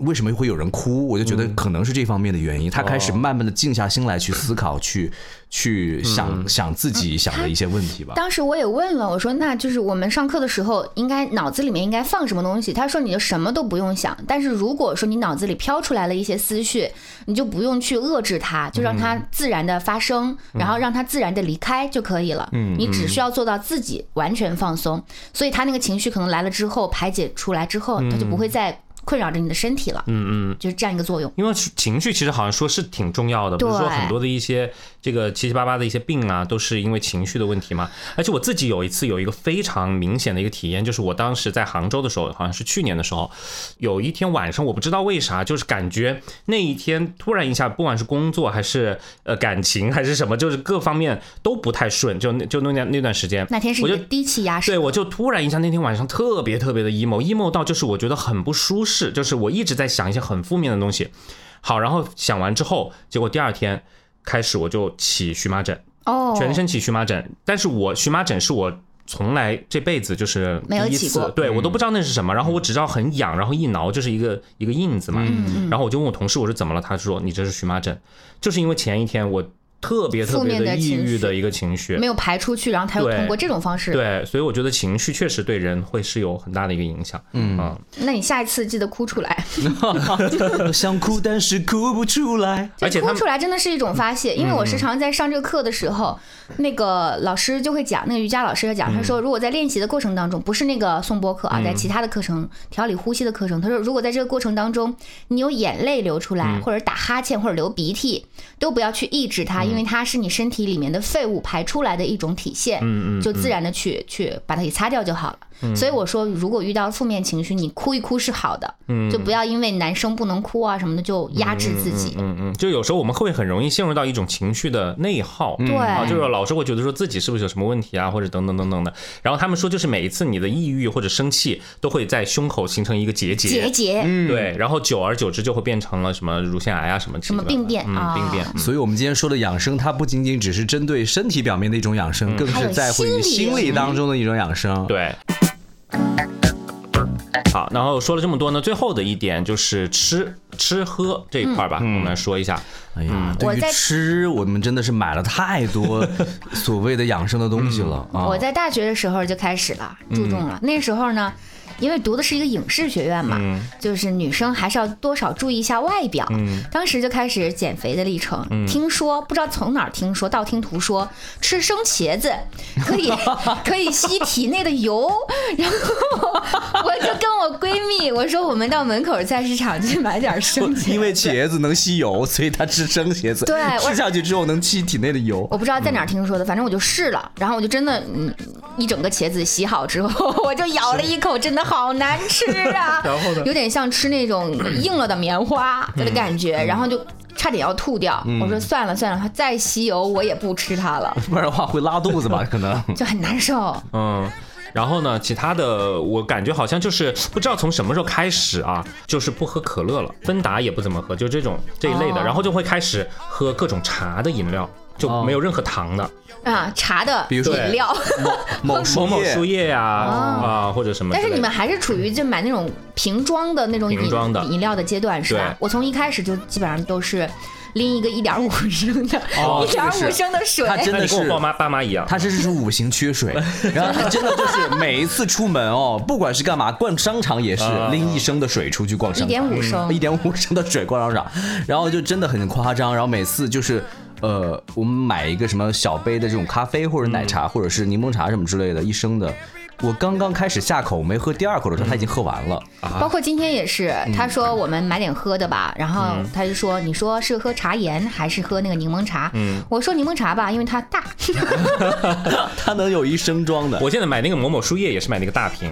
Speaker 3: 为什么会有人哭？我就觉得可能是这方面的原因。他开始慢慢的静下心来去思考，去去想想自己想的一些问题 吧。
Speaker 1: 当时我也问了，我说那就是我们上课的时候应该脑子里面应该放什么东西？他说你就什么都不用想，但是如果说你脑子里飘出来了一些思绪，你就不用去遏制它，就让它自然的发生，然后让它自然的离开就可以了。
Speaker 2: 嗯
Speaker 1: 你只需要做到自己完全放松，所以他那个情绪可能来了之后排解出来之
Speaker 2: 嗯
Speaker 1: 后，他就不会再困扰着你的身体了。嗯嗯，就是这样一个作用。
Speaker 2: 因为情绪其实好像说是挺重要的，比
Speaker 1: 对
Speaker 2: 如说很多的一些这个七七八八的一些病啊，都是因为情绪的问题嘛。而且我自己有一次有一个非常明显的一个体验，就是我当时在杭州的时候，好像是去年的时候，有一天晚上我不知道为啥，就是感觉那一天突然一下，不管是工作还是呃感情还是什么，就是各方面都不太顺，就那就那段那段时间，
Speaker 1: 那天是
Speaker 2: 我
Speaker 1: 你
Speaker 2: 就
Speaker 1: 的低气压时
Speaker 2: 对，我就突然一下那天晚上特别特别的 emo，emo 到就是我觉得很不舒适，就是我一直在想一些很负面的东西。好，然后想完之后，结果第二天开始我就起荨麻疹，
Speaker 1: 哦，
Speaker 2: 全身起荨麻疹，但是我荨麻疹是我。从来这辈子就是
Speaker 1: 没有
Speaker 2: 第一
Speaker 1: 起
Speaker 2: 次
Speaker 1: 过
Speaker 2: 对我都不知道那是什么，然后我只知道很痒，然后一挠就是一个一个印子嘛，
Speaker 1: 嗯
Speaker 2: 然后我就问我同事我说怎么了，他说你这是荨麻疹，就是因为前一天我特别特
Speaker 1: 负
Speaker 2: 别
Speaker 1: 面
Speaker 2: 的
Speaker 1: 的
Speaker 2: 抑
Speaker 1: 情绪
Speaker 2: 郁
Speaker 1: 嗯
Speaker 2: 的一个情绪，
Speaker 1: 没有排出去，然后他又
Speaker 2: 对
Speaker 1: 通过这种方式。
Speaker 2: 对，所以我觉得情绪确实对人会是有很大的一个影响。嗯啊，
Speaker 1: 那你下一次记得哭出来。
Speaker 3: 想哭但是哭不出来。
Speaker 2: 而
Speaker 1: 就
Speaker 2: 且
Speaker 1: 哭
Speaker 2: 他们嗯
Speaker 1: 出来真的是一种发泄，因为我时常在上这个课的时候，那个老师就会讲，那个瑜伽老师就
Speaker 2: 嗯
Speaker 1: 讲，他说如果在练习的过程当中，不是那个颂钵课啊，在其他的课程调理呼吸的课程，他说如果在这个过程当中你有眼泪流出
Speaker 2: 嗯
Speaker 1: 来，或者打哈欠或者流鼻涕，都不要去抑制它，因为它是你身体里面的废物排出来的一种体现，
Speaker 2: 嗯嗯嗯
Speaker 1: 就自然的去去把它给擦掉就好了。所以我说，如果遇到负面情绪，你哭一哭是好的，
Speaker 2: 嗯
Speaker 1: 就不要因为男生不能哭啊什么的就压制自己。
Speaker 2: 嗯嗯，就有时候我们会很容易陷入到一种情绪的内耗，对啊，就是老是会觉得说自己是不是有什么问题啊，或者等等等等的。然后他们说，就是每一次你的抑郁或者生气，都会在胸口形成一个结节，嗯
Speaker 1: 结节，
Speaker 2: 对，然后久而久之就会变成了什么乳腺癌啊什么什
Speaker 1: 么病变
Speaker 2: 嗯，
Speaker 1: 啊
Speaker 2: 病变。嗯
Speaker 3: 所以，我们今天说的养生，它不仅仅只是针对身体表面的一种养生，更
Speaker 1: 嗯还
Speaker 3: 是
Speaker 1: 有
Speaker 3: 在乎于
Speaker 1: 心
Speaker 3: 心
Speaker 1: 理
Speaker 3: 理当中的一种养生。
Speaker 2: 对。好，然后说了这么多呢，最后的一点就是吃吃喝这一块儿吧，我们来说一下。
Speaker 3: 哎呀，
Speaker 1: 嗯我
Speaker 3: 对于
Speaker 1: 在
Speaker 3: 吃，我们真的是买了太 多所谓的养生的东西了
Speaker 1: 嗯
Speaker 3: 啊！
Speaker 1: 我在大学的时候就开始了，
Speaker 3: 嗯
Speaker 1: 注重了。那时候呢，因为读的是一个影视学院嘛，
Speaker 3: 嗯
Speaker 1: 就是女生还是要多少注意一下外表。
Speaker 3: 嗯
Speaker 1: 当时就开始减肥的历程。听说不知道从哪儿听说，道听途说，吃生茄子可以 可以吸体内的油。然后我就跟我闺蜜我说，我们到门口菜市场去买点生茄子，
Speaker 3: 因为茄子能吸油，所以它吃生茄子，
Speaker 1: 对我
Speaker 3: 吃下去之后能吸体内的油。
Speaker 1: 我不知道在哪儿听说的，反正我就试了，然后我就真的，嗯，一整个茄子洗好之后， 我就咬了一口，真的好难吃啊！然后呢，有点像吃那种硬了的棉花的感觉，
Speaker 3: 嗯
Speaker 1: 然后就差点要吐掉。我说算了算了，它再吸油我也不吃它了，
Speaker 3: 不然的话会拉肚子吧？可 能
Speaker 1: 就很难受。
Speaker 2: 嗯，然后呢，其他的我感觉好像就是不知道从什么时候开始啊，就是不喝可乐了，芬达也不怎么喝，就这种这一类的，
Speaker 1: 哦
Speaker 2: 然后就会开始喝各种茶的饮料，就
Speaker 1: 哦
Speaker 2: 没有任何糖的，
Speaker 1: 啊，茶的
Speaker 3: 比如说
Speaker 1: 饮料，
Speaker 3: 某
Speaker 2: 某某
Speaker 3: 哦叶
Speaker 2: 树叶呀啊或者什么之
Speaker 1: 哦但
Speaker 2: 类的。
Speaker 1: 是你们还是处于就买那种瓶装的那种饮
Speaker 2: 瓶装的
Speaker 1: 饮料的阶段是吧
Speaker 2: 对？
Speaker 1: 我从一开始就基本上都是拎一个一点五升的，
Speaker 3: 哦
Speaker 1: 一点
Speaker 3: 这个
Speaker 1: 五
Speaker 3: 是
Speaker 1: 升的水，
Speaker 3: 它真
Speaker 2: 那
Speaker 3: 的
Speaker 2: 你跟我
Speaker 3: 是
Speaker 2: 爸妈爸妈一样，
Speaker 3: 他真是五行 缺水，然后他真的就是每一次出门哦，不管是干嘛，逛商场也是
Speaker 1: 嗯
Speaker 2: 啊
Speaker 3: 拎一升的水出去逛商场，
Speaker 1: 1.5升
Speaker 3: 一点五升的水逛商场，然后就真的很夸张，然后每次就是。呃，我们买一个什么小杯的这种咖啡或者奶茶，或者是柠檬茶什么之类的，一升的。我刚刚开始下口没喝第二口的时候，他已经喝完了。
Speaker 2: 啊
Speaker 1: 包括今天也是，
Speaker 2: 嗯
Speaker 1: 他说我们买点喝的吧，然后他就说，你说是喝茶盐还是喝那个柠檬茶？
Speaker 2: 嗯
Speaker 1: 我说柠檬茶吧，因为它大。
Speaker 3: 他能有一升装的。
Speaker 2: 我现在买那个某某树叶也是买那个大瓶，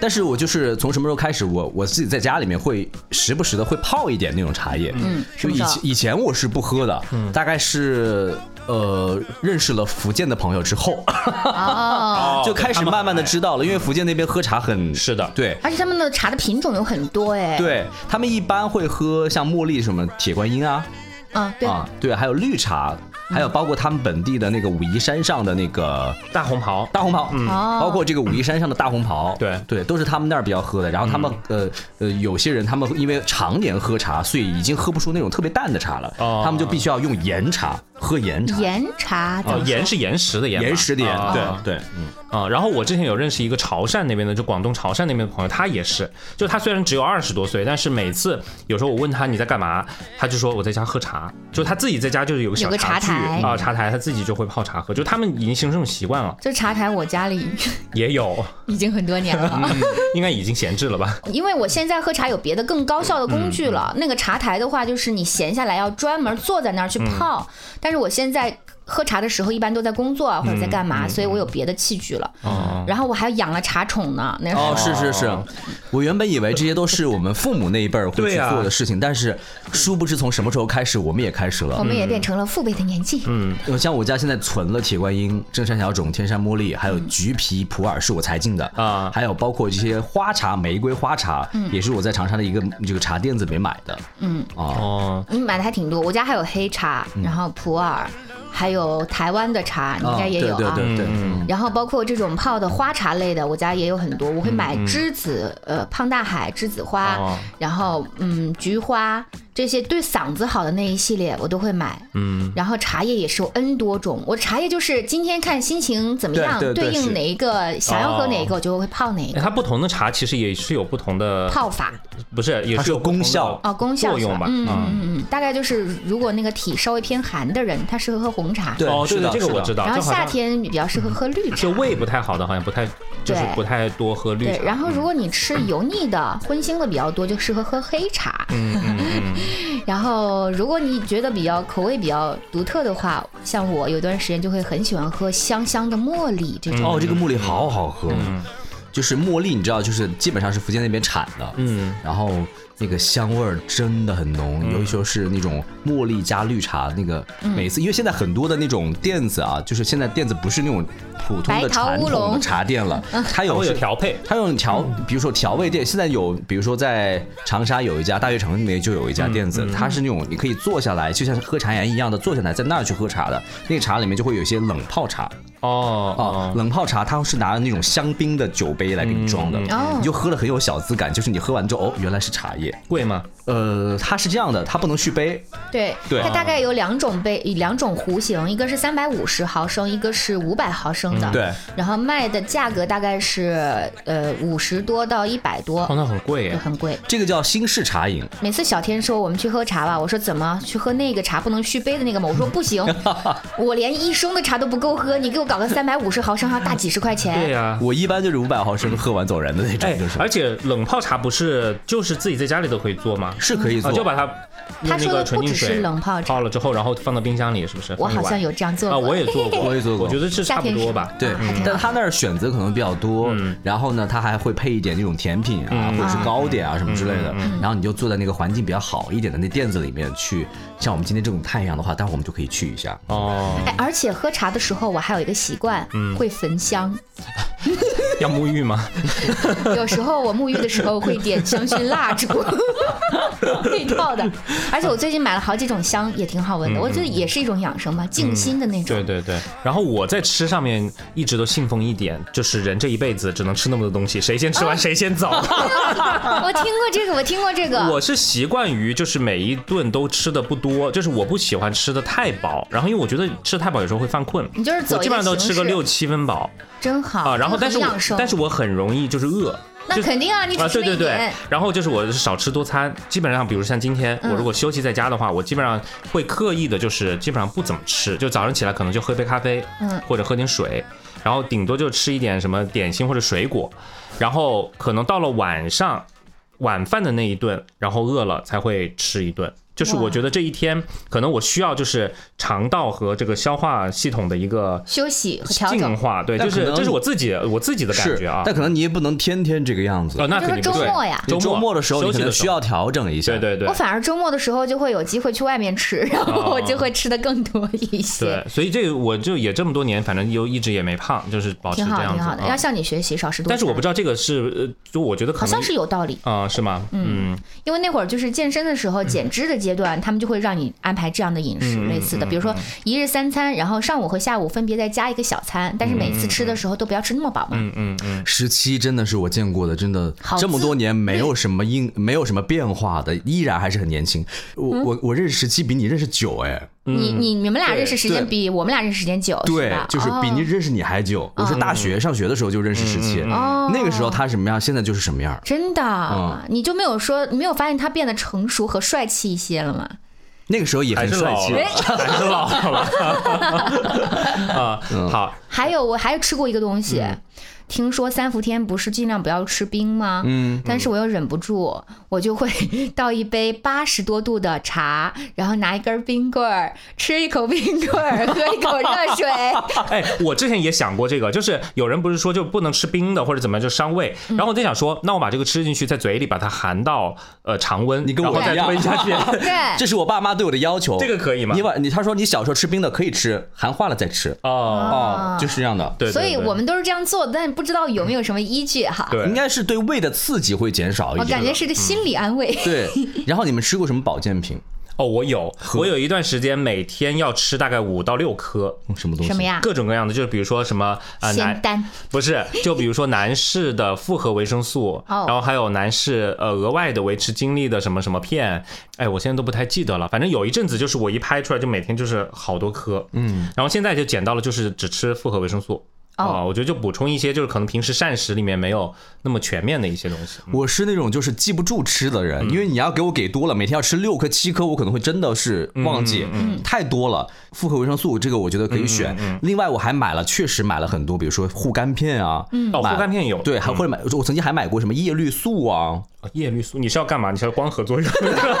Speaker 3: 但是我就是从什么时候开始，我我自己在家里面会时不时的会泡一点那种茶叶。嗯，就以
Speaker 1: 什么时候
Speaker 3: 前以前我是不喝的，大概是呃认识了福建的朋友之后，
Speaker 1: 哦，
Speaker 2: 哦
Speaker 3: 就开始慢慢的
Speaker 2: 知
Speaker 3: 知道了，因为福建那边喝茶很
Speaker 2: 是的
Speaker 3: 对。
Speaker 1: 而且他们的茶的品种有很多哎。，
Speaker 3: 对他们一般会喝像茉莉什么铁观音啊啊
Speaker 1: 嗯，对，
Speaker 3: 啊，对，还有绿茶，还有包括他们本地的那个武夷山上的那个
Speaker 2: 大红袍，
Speaker 3: 大红袍，嗯，
Speaker 1: 哦
Speaker 3: 包括这个武夷山上的大红袍，
Speaker 2: 对
Speaker 3: 对，都是他们那儿比较喝的。然后他们呃呃，有些人他们因为常年喝茶，所以已经喝不出那种特别淡的茶了，
Speaker 2: 哦
Speaker 3: 他们就必须要用盐茶，喝盐茶，
Speaker 1: 岩茶怎
Speaker 2: 哦，
Speaker 1: 么
Speaker 2: 岩是岩石的岩吧，
Speaker 3: 岩石的盐，
Speaker 2: 啊
Speaker 3: 对对，嗯，
Speaker 2: 啊、然后我之前有认识一个潮汕那边的，就广东潮汕那边的朋友，他也是，就他虽然只有二十多岁，但是每次有时候我问他你在干嘛，他就说我在家喝茶，就他自己在家就是有个小
Speaker 1: 有个茶
Speaker 2: 具
Speaker 1: 台
Speaker 2: 啊、茶台，他自己就会泡茶喝，就他们已经形成这种习惯了，
Speaker 1: 这茶台我家里
Speaker 2: 也有，
Speaker 1: 已经很多年了，
Speaker 2: 应该已经闲置了吧？
Speaker 1: 因为我现在喝茶有别的更高效的工具了。
Speaker 3: 嗯
Speaker 1: 那个茶台的话，就是你闲下来要专门坐在那儿去泡，
Speaker 3: 嗯
Speaker 1: 但是我现在。喝茶的时候一般都在工作啊，或者在干
Speaker 3: 嗯
Speaker 1: 嘛，所以我有别的器具了。
Speaker 2: 哦
Speaker 1: 然后我还养了茶宠呢，那
Speaker 3: 哦，是是是，我原本以为这些都是我们父母那一辈儿会
Speaker 2: 对
Speaker 3: 去
Speaker 2: 啊
Speaker 3: 做的事情，但是殊不知从什么时候开始，我们也开始了
Speaker 1: 我。们也变成了父辈的年纪。
Speaker 3: 呃像我家现在存了铁观音、正山小种、天山茉莉，还
Speaker 1: 嗯
Speaker 3: 有橘皮普洱是我才进的
Speaker 2: 啊
Speaker 3: 还有包括这些花茶、玫瑰花茶，
Speaker 1: 嗯
Speaker 3: 也是我在长沙的一个这个茶店子里面买的。嗯啊，
Speaker 2: 哦，
Speaker 1: 你买的还挺多，我家还有黑茶，然后普洱，还有台湾的茶，你应该也有啊。
Speaker 3: 哦对对对嗯对，
Speaker 1: 然后包括这种泡的花茶类的，我家也有很多。我
Speaker 3: 嗯
Speaker 1: 会买栀子，呃，胖大海、栀子花，
Speaker 2: 哦
Speaker 1: 然后嗯，菊花这些对嗓子好的那一系列我都会买。嗯，然后茶叶也是有 N 多种，我茶叶就是今天看心情怎么样，
Speaker 3: 对对对是
Speaker 1: 应哪一个想要喝哪一个，我就会泡哪一
Speaker 2: 哎
Speaker 1: 个、
Speaker 2: 它不同的茶其实也是有不同的，
Speaker 1: 泡法。
Speaker 2: 不是也
Speaker 3: 它
Speaker 2: 是
Speaker 3: 是
Speaker 2: 有
Speaker 3: 有
Speaker 2: 不同
Speaker 3: 功
Speaker 2: 的
Speaker 3: 效
Speaker 1: 哦，功效
Speaker 2: 作
Speaker 1: 是
Speaker 2: 用吧？
Speaker 1: 嗯
Speaker 2: 嗯
Speaker 1: 嗯嗯，大概就是如果那个体稍微偏寒的人，他适合喝红茶。
Speaker 3: 对
Speaker 2: 哦，对
Speaker 3: 是的
Speaker 2: 对，这个
Speaker 3: 是的
Speaker 2: 我知道，
Speaker 1: 然后
Speaker 2: 这好
Speaker 1: 夏
Speaker 2: 像
Speaker 1: 天比较适合喝绿茶
Speaker 2: 就。胃不太好的，好像不太就是
Speaker 1: 对
Speaker 2: 不太多喝绿
Speaker 1: 对
Speaker 2: 茶，。
Speaker 1: 然后如果你吃油腻的、荤腥的比较多，就适合喝黑茶。
Speaker 2: 嗯嗯嗯，
Speaker 1: 然后如果你觉得比较口味比较独特的话，像我有段时间就会很喜欢喝香香的茉莉这种。
Speaker 3: 哦，这个茉莉好嗯好喝，就是茉莉，你知道，就是基本上是福建那边产的，
Speaker 2: 嗯，
Speaker 3: 然后那个香味儿真的很浓，尤其是那种茉莉加绿茶，那个
Speaker 1: 嗯
Speaker 3: 每次，因为现在很多的那种店子啊，就是现在店子不是那种普通
Speaker 1: 白
Speaker 3: 的
Speaker 1: 桃
Speaker 3: 传
Speaker 1: 乌
Speaker 3: 统
Speaker 1: 龙嗯
Speaker 3: 的茶店了，它
Speaker 2: 它
Speaker 3: 有嗯
Speaker 2: 会有
Speaker 3: 是
Speaker 2: 调配。
Speaker 3: 它用调，比如说调味店，现在有，比如说在长沙有一家，大悦城里面就有一家店子，它是那种你可以坐下来，就像喝茶园一样的坐下来，在那儿去喝茶的。那个茶里面就会有一些冷泡茶
Speaker 2: 哦
Speaker 3: 啊，冷泡茶它是拿那种香槟的酒杯来给你装的，
Speaker 1: 哦
Speaker 3: 你就喝了很有小资感，就是你喝完之后，哦，原来是茶叶。
Speaker 2: 贵吗？
Speaker 3: 呃，它是这样的，它不能续杯，
Speaker 2: 嗯
Speaker 1: 对，
Speaker 3: 对
Speaker 1: 它大概有两种杯，两种壶型，一个是三百五十毫升，一个是五百毫升的。
Speaker 3: 对。
Speaker 1: 然后卖的价格大概是呃五十多到一百多
Speaker 2: 哦，，那很贵
Speaker 1: 就
Speaker 2: 耶。
Speaker 1: 很贵。
Speaker 3: 这个叫新式茶饮，
Speaker 1: 每次小天说我们去喝茶吧，我说怎么去喝那个茶不能续杯的那个吗？我说不 行，我连一升的茶都不够喝，你给我搞个三百五十毫升还要大几十块钱。
Speaker 2: 对呀、
Speaker 3: 我一般就是五百毫升喝完走人的那种，
Speaker 2: 哎
Speaker 3: 就是，
Speaker 2: 而且冷泡茶不是就是自己在家里都可以做吗？
Speaker 3: 是可以
Speaker 2: 啊，
Speaker 3: 做，
Speaker 2: 就把它
Speaker 1: 他
Speaker 2: 用那
Speaker 1: 说的
Speaker 2: 个
Speaker 1: 不
Speaker 2: 纯净
Speaker 1: 只是
Speaker 2: 水
Speaker 1: 冷泡茶
Speaker 2: 泡了之后，然后放到冰箱里，是不是？
Speaker 1: 我好
Speaker 2: 放一
Speaker 1: 像
Speaker 2: 晚
Speaker 1: 有这样做
Speaker 2: 啊，
Speaker 1: 过。
Speaker 2: 我也做过，
Speaker 3: 我也做过
Speaker 2: 我觉得是差不多吧。嗯
Speaker 3: 对
Speaker 1: 啊还挺，
Speaker 3: 但
Speaker 1: 好
Speaker 3: 他那儿选择可能比较多，然后呢，他还会配一点那种甜品啊，或者是糕点啊什么之类的，然后你就坐在那个环境比较好一点的那店子里面去，像我们今天这种太阳的话，待会儿我们就可以去一下。
Speaker 2: 哦，
Speaker 1: 哎，而且喝茶的时候，我还有一个习惯，
Speaker 2: 嗯
Speaker 1: 会焚香。
Speaker 2: 要沐浴 吗？
Speaker 1: 有时候我沐浴的时候会点香薰蜡烛， 配套的。而且我最近买了好几种香，也挺好闻的。我觉得也是一种养生吧，静心的那种。
Speaker 2: 嗯对对对。然后我在吃上面一直都信奉一点，就是人这一辈子只能吃那么多东西，谁先
Speaker 1: 啊
Speaker 2: 吃完谁先走。
Speaker 1: 我听过这个，我听过这个。
Speaker 2: 我是习惯于就是每一顿都吃的不多，就是我不喜欢吃的太饱，然后因为我觉得吃太饱有时候会犯困。
Speaker 1: 你就是走
Speaker 2: 我
Speaker 1: 一个
Speaker 2: 基本上都吃
Speaker 1: 形
Speaker 2: 个
Speaker 1: 式
Speaker 2: 六七分饱
Speaker 1: 真好
Speaker 2: 啊，然后但
Speaker 1: 真
Speaker 2: 是
Speaker 1: 的很
Speaker 2: 我
Speaker 1: 养生
Speaker 2: 但是我很容易就是饿，
Speaker 1: 那
Speaker 2: 就
Speaker 1: 肯定啊，你
Speaker 2: 啊，
Speaker 1: 只吃
Speaker 2: 对
Speaker 1: 了
Speaker 2: 对
Speaker 1: 一
Speaker 2: 对
Speaker 1: 点，，嗯
Speaker 2: 然后就是我是少吃多餐，基本上比如像今天我如果休息在家的话，我基本上会刻意的，就是基本上不怎么吃，就早上起来可能就喝杯咖啡，
Speaker 1: 嗯
Speaker 2: 或者喝点水，然后顶多就吃一点什么点心或者水果，然后可能到了晚上晚饭的那一顿，然后饿了才会吃一顿。就是我觉得这一天可能我需要就是肠道和这个消化系统的一个
Speaker 1: 休息和调
Speaker 2: 净
Speaker 1: 整。
Speaker 2: 化，对，
Speaker 3: 但
Speaker 2: 就
Speaker 3: 可
Speaker 2: 是
Speaker 3: 能
Speaker 2: 这是我自己我自己的感
Speaker 3: 是
Speaker 2: 觉啊，。
Speaker 3: 但可能你也不能天天这个样子
Speaker 2: 哦，。那
Speaker 1: 就
Speaker 2: 肯
Speaker 1: 是
Speaker 2: 定不
Speaker 1: 周
Speaker 2: 对
Speaker 1: 末呀
Speaker 2: 周末
Speaker 3: 周末的时候，你
Speaker 2: 休息
Speaker 3: 可
Speaker 2: 的
Speaker 3: 能
Speaker 2: 时
Speaker 3: 需要调整一下。
Speaker 2: 对对对
Speaker 1: 我，反而周末的时候就会有机会去外面吃，然后我就会吃的更多一些，
Speaker 2: 哦对，所哦以这个我就也这么多年，反正又一直也没胖，就是保持
Speaker 1: 挺
Speaker 2: 这
Speaker 1: 好，
Speaker 2: 样
Speaker 1: 挺
Speaker 2: 子。
Speaker 1: 好的。
Speaker 2: 嗯
Speaker 1: 要向你学习，少食多餐。
Speaker 2: 但是我
Speaker 1: 道，
Speaker 2: 不知道这个是，呃，就我觉得可
Speaker 1: 好
Speaker 2: 能
Speaker 1: 像是有道理，
Speaker 2: 啊、是吗？嗯，
Speaker 3: 嗯
Speaker 1: 因为那会儿就是健身的时候减脂的阶段，他们就会让你安排这样的饮食
Speaker 2: 嗯嗯
Speaker 1: 类似的，
Speaker 2: 嗯
Speaker 1: 比如说一日三餐，然后上午和下午分别再加一个小餐，但是每次吃的时候都不要吃那么饱嘛。
Speaker 2: 嗯嗯嗯，
Speaker 3: 十七真的是我见过的，真的
Speaker 1: 好
Speaker 3: 这么多
Speaker 1: 自嗯
Speaker 3: 年没有什么应没有什么变化的，依然还是很年轻。我、我我认识十七比你认识久哎，
Speaker 1: 你你你们俩
Speaker 3: 对
Speaker 1: 认识时间
Speaker 3: 对
Speaker 1: 比我们俩认识时间久，
Speaker 3: 对
Speaker 1: 吧？，
Speaker 3: 就是比你
Speaker 1: 哦
Speaker 3: 认识你还久。我是大学上学的时候就认识十七、
Speaker 1: 哦
Speaker 3: 嗯那个嗯时候他什么样，现在就是什么样。
Speaker 1: 真的，啊你就没有说没有发现他变得成熟和帅气一些了吗？
Speaker 3: 那个时候也
Speaker 2: 还
Speaker 3: 很
Speaker 2: 是
Speaker 3: 帅
Speaker 2: 老
Speaker 3: 气
Speaker 2: 了，，
Speaker 1: 哎
Speaker 2: 还是老了 啊。
Speaker 3: 嗯
Speaker 2: 好，
Speaker 1: 还有我还吃过一个东西，听说三伏天不是尽量不要吃冰吗？嗯，但是我又忍不住，我就会 倒一杯八十多度的茶，然后拿一根冰棍儿，吃一口冰棍 儿，喝一口热水。
Speaker 2: 哎，我之前也想过这个，就是有人不是说就不能吃冰的或者怎么样就伤胃，
Speaker 1: 嗯
Speaker 2: 然后我在想说，那我把这个吃进去，在嘴里把它含到呃常温，
Speaker 3: 你跟我
Speaker 2: 然后再
Speaker 3: 一样
Speaker 2: 吞 下去。哦
Speaker 1: 对
Speaker 3: 这，是我爸妈对我的要求。
Speaker 2: 这个可以吗
Speaker 3: 你把你他说你小时候吃冰的可以吃，含化了再吃。
Speaker 2: 哦，
Speaker 1: 啊
Speaker 3: 哦，就是这样的。
Speaker 2: 对，对
Speaker 1: 所以
Speaker 2: 对
Speaker 1: 我们都是这样做的，但不知道有没有什么依据哈。
Speaker 2: 对
Speaker 3: 应该是对胃的刺激会减少一
Speaker 1: 我
Speaker 3: 点。
Speaker 1: 哦感觉是个心理安慰。
Speaker 3: 对。然后你们吃过什么保健品？
Speaker 2: 哦，我有，我有一段时间每天要吃大概五到六颗。
Speaker 3: 嗯什么东 西？
Speaker 1: 什么呀？
Speaker 2: 各种各样的，就是比如说什么呃
Speaker 1: 啊仙
Speaker 2: 男
Speaker 1: 丹
Speaker 2: 不是，就比如说男士的复合维生素，
Speaker 1: 哦
Speaker 2: 然后还有男士呃额外的维持精力的什么什么片，哎，我现在都不太记得了。反正有一阵子就是我一拍出来就每天就是好多颗，嗯，然后现在就减到了就是只吃复合维生素。
Speaker 1: 哦
Speaker 2: 啊我觉得就补充一些，就是可能平时膳食里面没有那么全面的一些东西。
Speaker 3: 我是那种就是记不住吃的
Speaker 2: 嗯
Speaker 3: 人，因为你要给我给多了，每天要吃六颗七颗，我可能会真的是忘记，
Speaker 2: 嗯
Speaker 3: 太多了。复合维生素这个我觉得可以选，另外我还买了，确实买了很多，比如说护肝片啊，嗯
Speaker 2: 哦，护肝片有
Speaker 3: 对，还或者买，我曾经还买过什么叶绿素啊，
Speaker 2: 哦叶绿素，你是要干嘛？你是要光合作用？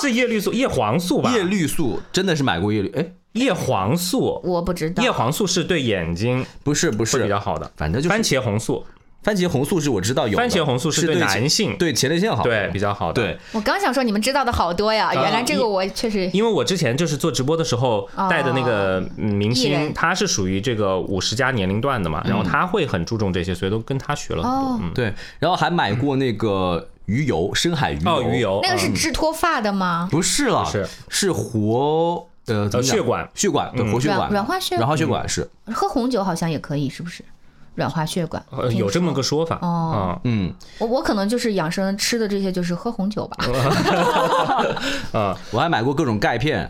Speaker 2: 是叶绿素、叶黄素吧？
Speaker 3: 叶绿素真的是买过叶绿，哎，
Speaker 2: 叶黄素，
Speaker 1: 我不知道
Speaker 2: 叶。黄素是对眼睛
Speaker 3: 不是不
Speaker 2: 会
Speaker 3: 是，
Speaker 2: 比较好的，
Speaker 3: 反正就是
Speaker 2: 番茄红素，
Speaker 3: 番茄红素是我知道有的，
Speaker 2: 番茄红素是
Speaker 3: 是
Speaker 2: 对
Speaker 3: 前
Speaker 2: 男性
Speaker 3: 对前列腺好，
Speaker 2: 对比较好的。
Speaker 3: 对，
Speaker 1: 我刚想说你们知道的好多呀，原来这个我确实
Speaker 2: 因为我之前就是做直播的时候
Speaker 1: 哦
Speaker 2: 带的那个嗯明
Speaker 1: 艺
Speaker 2: 星，
Speaker 1: 人
Speaker 2: 他是属于这个五十加年龄段的嘛，
Speaker 3: 嗯
Speaker 2: 然后他会很注重这些，所以都跟他学了很
Speaker 1: 哦
Speaker 2: 多。嗯，
Speaker 3: 对，然后还买过那个鱼油，深海鱼
Speaker 2: 哦，鱼
Speaker 3: 油。
Speaker 2: 油，
Speaker 1: 那个是治脱发的吗？
Speaker 3: 不是了，
Speaker 2: 不是
Speaker 3: 是活呃怎么讲
Speaker 2: 血管嗯
Speaker 3: 血管对活血
Speaker 1: 软
Speaker 3: 管
Speaker 1: 软化血
Speaker 3: 软化血管是
Speaker 1: 喝红酒好像也可以，是不是？软化血管，
Speaker 2: 呃有这么个说法啊
Speaker 1: 哦。
Speaker 3: 嗯，
Speaker 1: 我我可能就是养生吃的这些，就是喝红酒吧。
Speaker 2: 哦
Speaker 3: 我还买过各种钙片，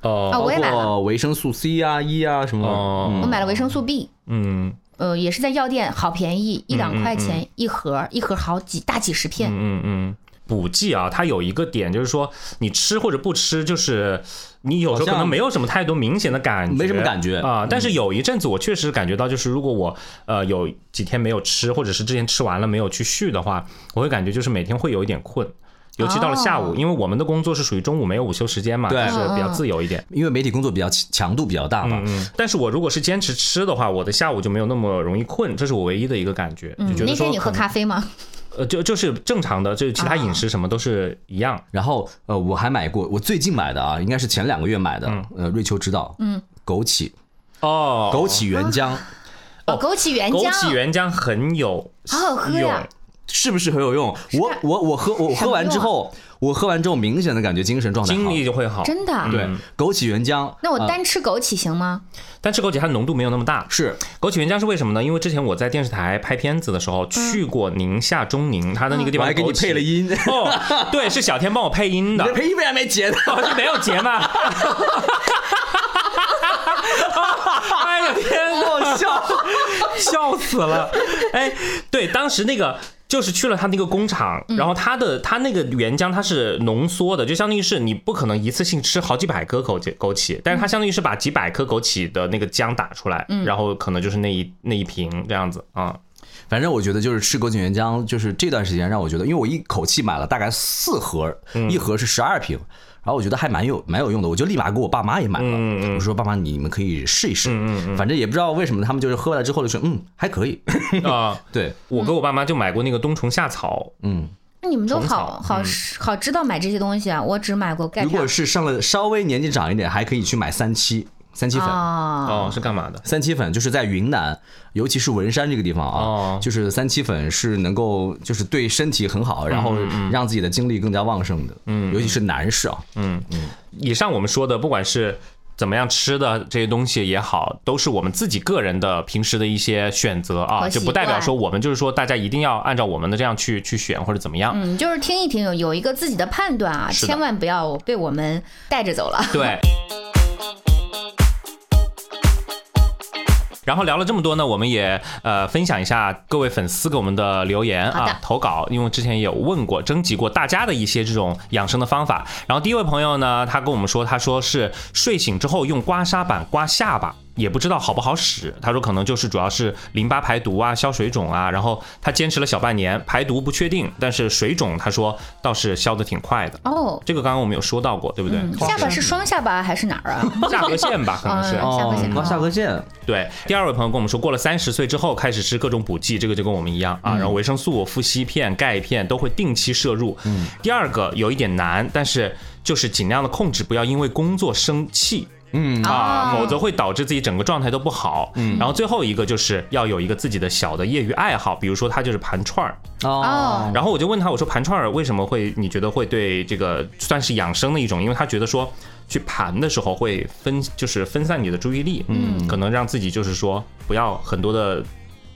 Speaker 1: 啊，
Speaker 2: 哦
Speaker 1: 我
Speaker 3: 包
Speaker 1: 也买了，
Speaker 3: 括维生素 C 啊、E 啊什么的。
Speaker 2: 哦，
Speaker 1: 我买了维生素 B，
Speaker 2: 嗯
Speaker 1: 呃，也是在药店，好便宜，一两块钱一盒，一盒好几大几十片。
Speaker 2: 嗯嗯嗯。补剂啊，它有一个点就是说，你吃或者不吃，就是你有时候
Speaker 3: 好像
Speaker 2: 可能没有什么太多明显的感觉，
Speaker 3: 没什么感觉嗯
Speaker 2: 啊。但是有一阵子，我确实感觉到，就是如果我呃有几天没有吃，或者是之前吃完了没有去续的话，我会感觉就是每天会有一点困。尤其到了下午，
Speaker 1: 哦
Speaker 2: 因为我们的工作是属于中午没有午休时间嘛，
Speaker 3: 对
Speaker 2: 就是比较自由一点。
Speaker 3: 因为媒体工作比较强强度比较大嘛，
Speaker 2: 嗯，但是我如果是坚持吃的话，我的下午就没有那么容易困，这是我唯一的一个感觉。就
Speaker 1: 嗯，
Speaker 2: 觉得
Speaker 1: 那
Speaker 2: 说
Speaker 1: 天你喝
Speaker 2: 可能
Speaker 1: 咖啊啡吗？
Speaker 2: 呃，就就是正常的，就是其他饮食什么都是一样。
Speaker 3: 然后呃，我还买过，我最近买的啊，应该是前两个月买的，呃，瑞秋知道，嗯，枸杞，
Speaker 2: 哦，
Speaker 3: 枸杞原浆
Speaker 1: 哦，枸杞原
Speaker 2: 枸杞
Speaker 1: 浆，
Speaker 2: 原浆很有
Speaker 1: 好好喝呀！
Speaker 3: 是不是很有用？我我我喝我喝完之后，我喝完之后明显的感觉精神状态好
Speaker 2: 精力就嗯会好。
Speaker 1: 真的。啊
Speaker 3: 对，枸杞原浆，
Speaker 1: 那我
Speaker 2: 啊
Speaker 3: 呃
Speaker 1: 单吃枸杞行吗？
Speaker 2: 但吃枸杞它浓度没有那么大。
Speaker 3: 是
Speaker 2: 枸杞原浆是为什么呢？因为之前我在电视台拍片子的时
Speaker 1: 嗯
Speaker 2: 候去过宁夏中宁，它的那个地
Speaker 3: 嗯我
Speaker 2: 方
Speaker 3: 还给你
Speaker 2: 枸杞
Speaker 3: 配了。音，你
Speaker 2: 哦，对，是小天帮我配音的
Speaker 3: 的。 配音为啥没截呢？
Speaker 2: 哦，是没有结吗？ 哎呀天哪！
Speaker 3: 好笑。
Speaker 2: 笑死了！哎，对，当时那个。就是去了他那个工厂，然后他的他那个原浆它是浓缩的，就相当于是你不可能一次性吃好几百颗枸杞枸杞，但是它相当于是把几百颗枸杞的那个浆打出来，然后可能就是那一那一瓶这样子啊。
Speaker 3: 反正我觉得就是吃枸杞原浆，就是这段时间让我觉得，因为我一口气买了大概四盒，一盒是十二瓶，然后我觉得还蛮有蛮有用的，我就立马给我爸妈也买了。我说爸妈，你们可以试一试，反正也不知道为什么他们就是喝了之后就说，嗯，还可 以。
Speaker 2: 啊，
Speaker 3: 对，
Speaker 2: 我给我爸妈就买过那个冬虫夏草，
Speaker 3: 嗯，
Speaker 1: 那你们都
Speaker 2: 虫草嗯
Speaker 1: 好好好知道买这些东西啊，我只买过钙
Speaker 3: 如
Speaker 1: 片
Speaker 3: 果。是上了稍微年纪长一点，还可以去买三七，三七粉。
Speaker 1: 啊，
Speaker 2: 哦，是干嘛的？
Speaker 3: 三七粉就是在云南，尤其是文山这个地方啊，
Speaker 2: 哦
Speaker 3: 就是三七粉是能够就是对身体很好，然后让自己的精力更加旺盛的，嗯，尤其是男士啊，
Speaker 2: 以上我们说的，不管是怎么样吃的这些东西也好，都是我们自己个人的平时的一些选择啊，
Speaker 1: 和习
Speaker 2: 就
Speaker 1: 惯
Speaker 2: 不代表说我们就是说大家一定要按照我们的这样去去选或者怎么样。
Speaker 1: 嗯，就是听一听，有有一个自己的判断啊，
Speaker 2: 是的
Speaker 1: 千万不要被我们带着走了。
Speaker 2: 对。然后聊了这么多呢，我们也呃分享一下各位粉丝给我们的留言
Speaker 1: 好的
Speaker 2: 啊投稿，因为之前也有问过征集过大家的一些这种养生的方法。然后第一位朋友呢，他跟我们说，他说是睡醒之后用刮痧板刮下巴。也不知道好不好使，他说可能就是主要是淋巴排毒啊、消水肿啊，然后他坚持了小半年，排毒不确定，但是水肿他说倒是消得挺快的。
Speaker 1: 哦，
Speaker 2: 这个刚刚我们有说到过，对不对？
Speaker 1: 嗯下巴是双下巴还是哪儿 啊？
Speaker 2: 下颌线吧，可能是。
Speaker 1: 嗯下颌线
Speaker 3: 刮哦下颌线，
Speaker 2: 对，第二位朋友跟我们说，过了三十岁之后开始吃各种补剂，这个就跟我们一样啊，然后维生素、富硒片、钙片都会定期摄入。第二个有一点难，但是就是尽量的控制，不要因为工作生气。嗯啊，
Speaker 1: 哦
Speaker 2: 否则会导致自己整个状态都不好。嗯，然后最后一个就是要有一个自己的小的业余爱好，比如说他就是盘串儿，
Speaker 1: 哦
Speaker 2: 然后我就问他，我说盘串儿为什么会你觉得会对这个算是养生的一种？因为他觉得说去盘的时候会分，就是分散你的注意力，嗯，可能让自己就是说不要很多的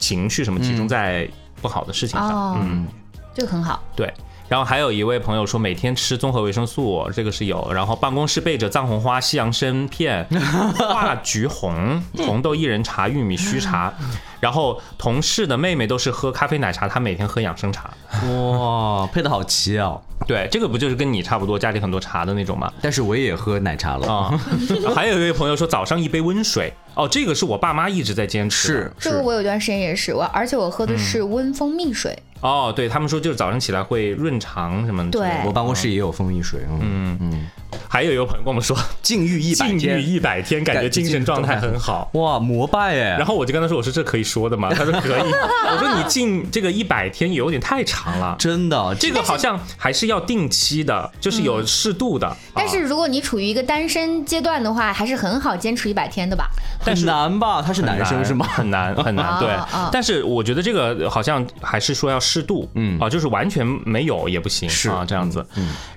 Speaker 2: 情绪什么集中在不好的事情上，
Speaker 1: 哦
Speaker 2: 嗯，
Speaker 1: 这个很好，
Speaker 2: 对。然后还有一位朋友说，每天吃综合维生素，这个是有。然后办公室备着藏红花、西洋参片、化橘红、红豆薏仁茶、玉米须茶。然后同事的妹妹都是喝咖啡奶茶，她每天喝养生茶。
Speaker 3: 哇，配的好齐哦。
Speaker 2: 对，这个不就是跟你差不多，家里很多茶的那种 吗？
Speaker 3: 但是我也喝奶茶了，
Speaker 2: 啊、还有一位朋友说早上一杯温水，哦，这个是我爸妈一直在坚持的。
Speaker 3: 是
Speaker 1: 这个
Speaker 3: 是，
Speaker 1: 我有段时间也是，我而且我喝的是
Speaker 2: 嗯
Speaker 1: 温蜂蜜水，
Speaker 2: 哦，对他们说就是早上起来会润肠什么的。
Speaker 1: 对
Speaker 3: 我办公室也有蜂蜜水，嗯，
Speaker 2: 还有一位朋友跟我们说，
Speaker 3: 禁欲一百
Speaker 2: 禁欲
Speaker 3: 天，
Speaker 2: 一百天，感觉精神状态很好。
Speaker 3: 哇，膜拜哎
Speaker 2: 然，后我就跟他说：“我说这可以说的 吗？”他说：“可以。”我说：“你禁这个一百天也有点太长了，
Speaker 3: 真的，
Speaker 2: 这个好像还是要定期的，就是有适度的。
Speaker 1: 但是如果你处于一个单身阶段的话，还是很好坚持一百天的 吧。
Speaker 2: 但
Speaker 3: 很
Speaker 2: 是
Speaker 3: 难吧？他是
Speaker 2: 很
Speaker 3: 男生是吗？
Speaker 2: 很 难很难，
Speaker 1: 啊
Speaker 2: 对
Speaker 1: 啊。
Speaker 2: 但是我觉得这个好像还是说要适度，嗯啊，就是完全没有也不行，
Speaker 3: 是嗯
Speaker 2: 啊这样子。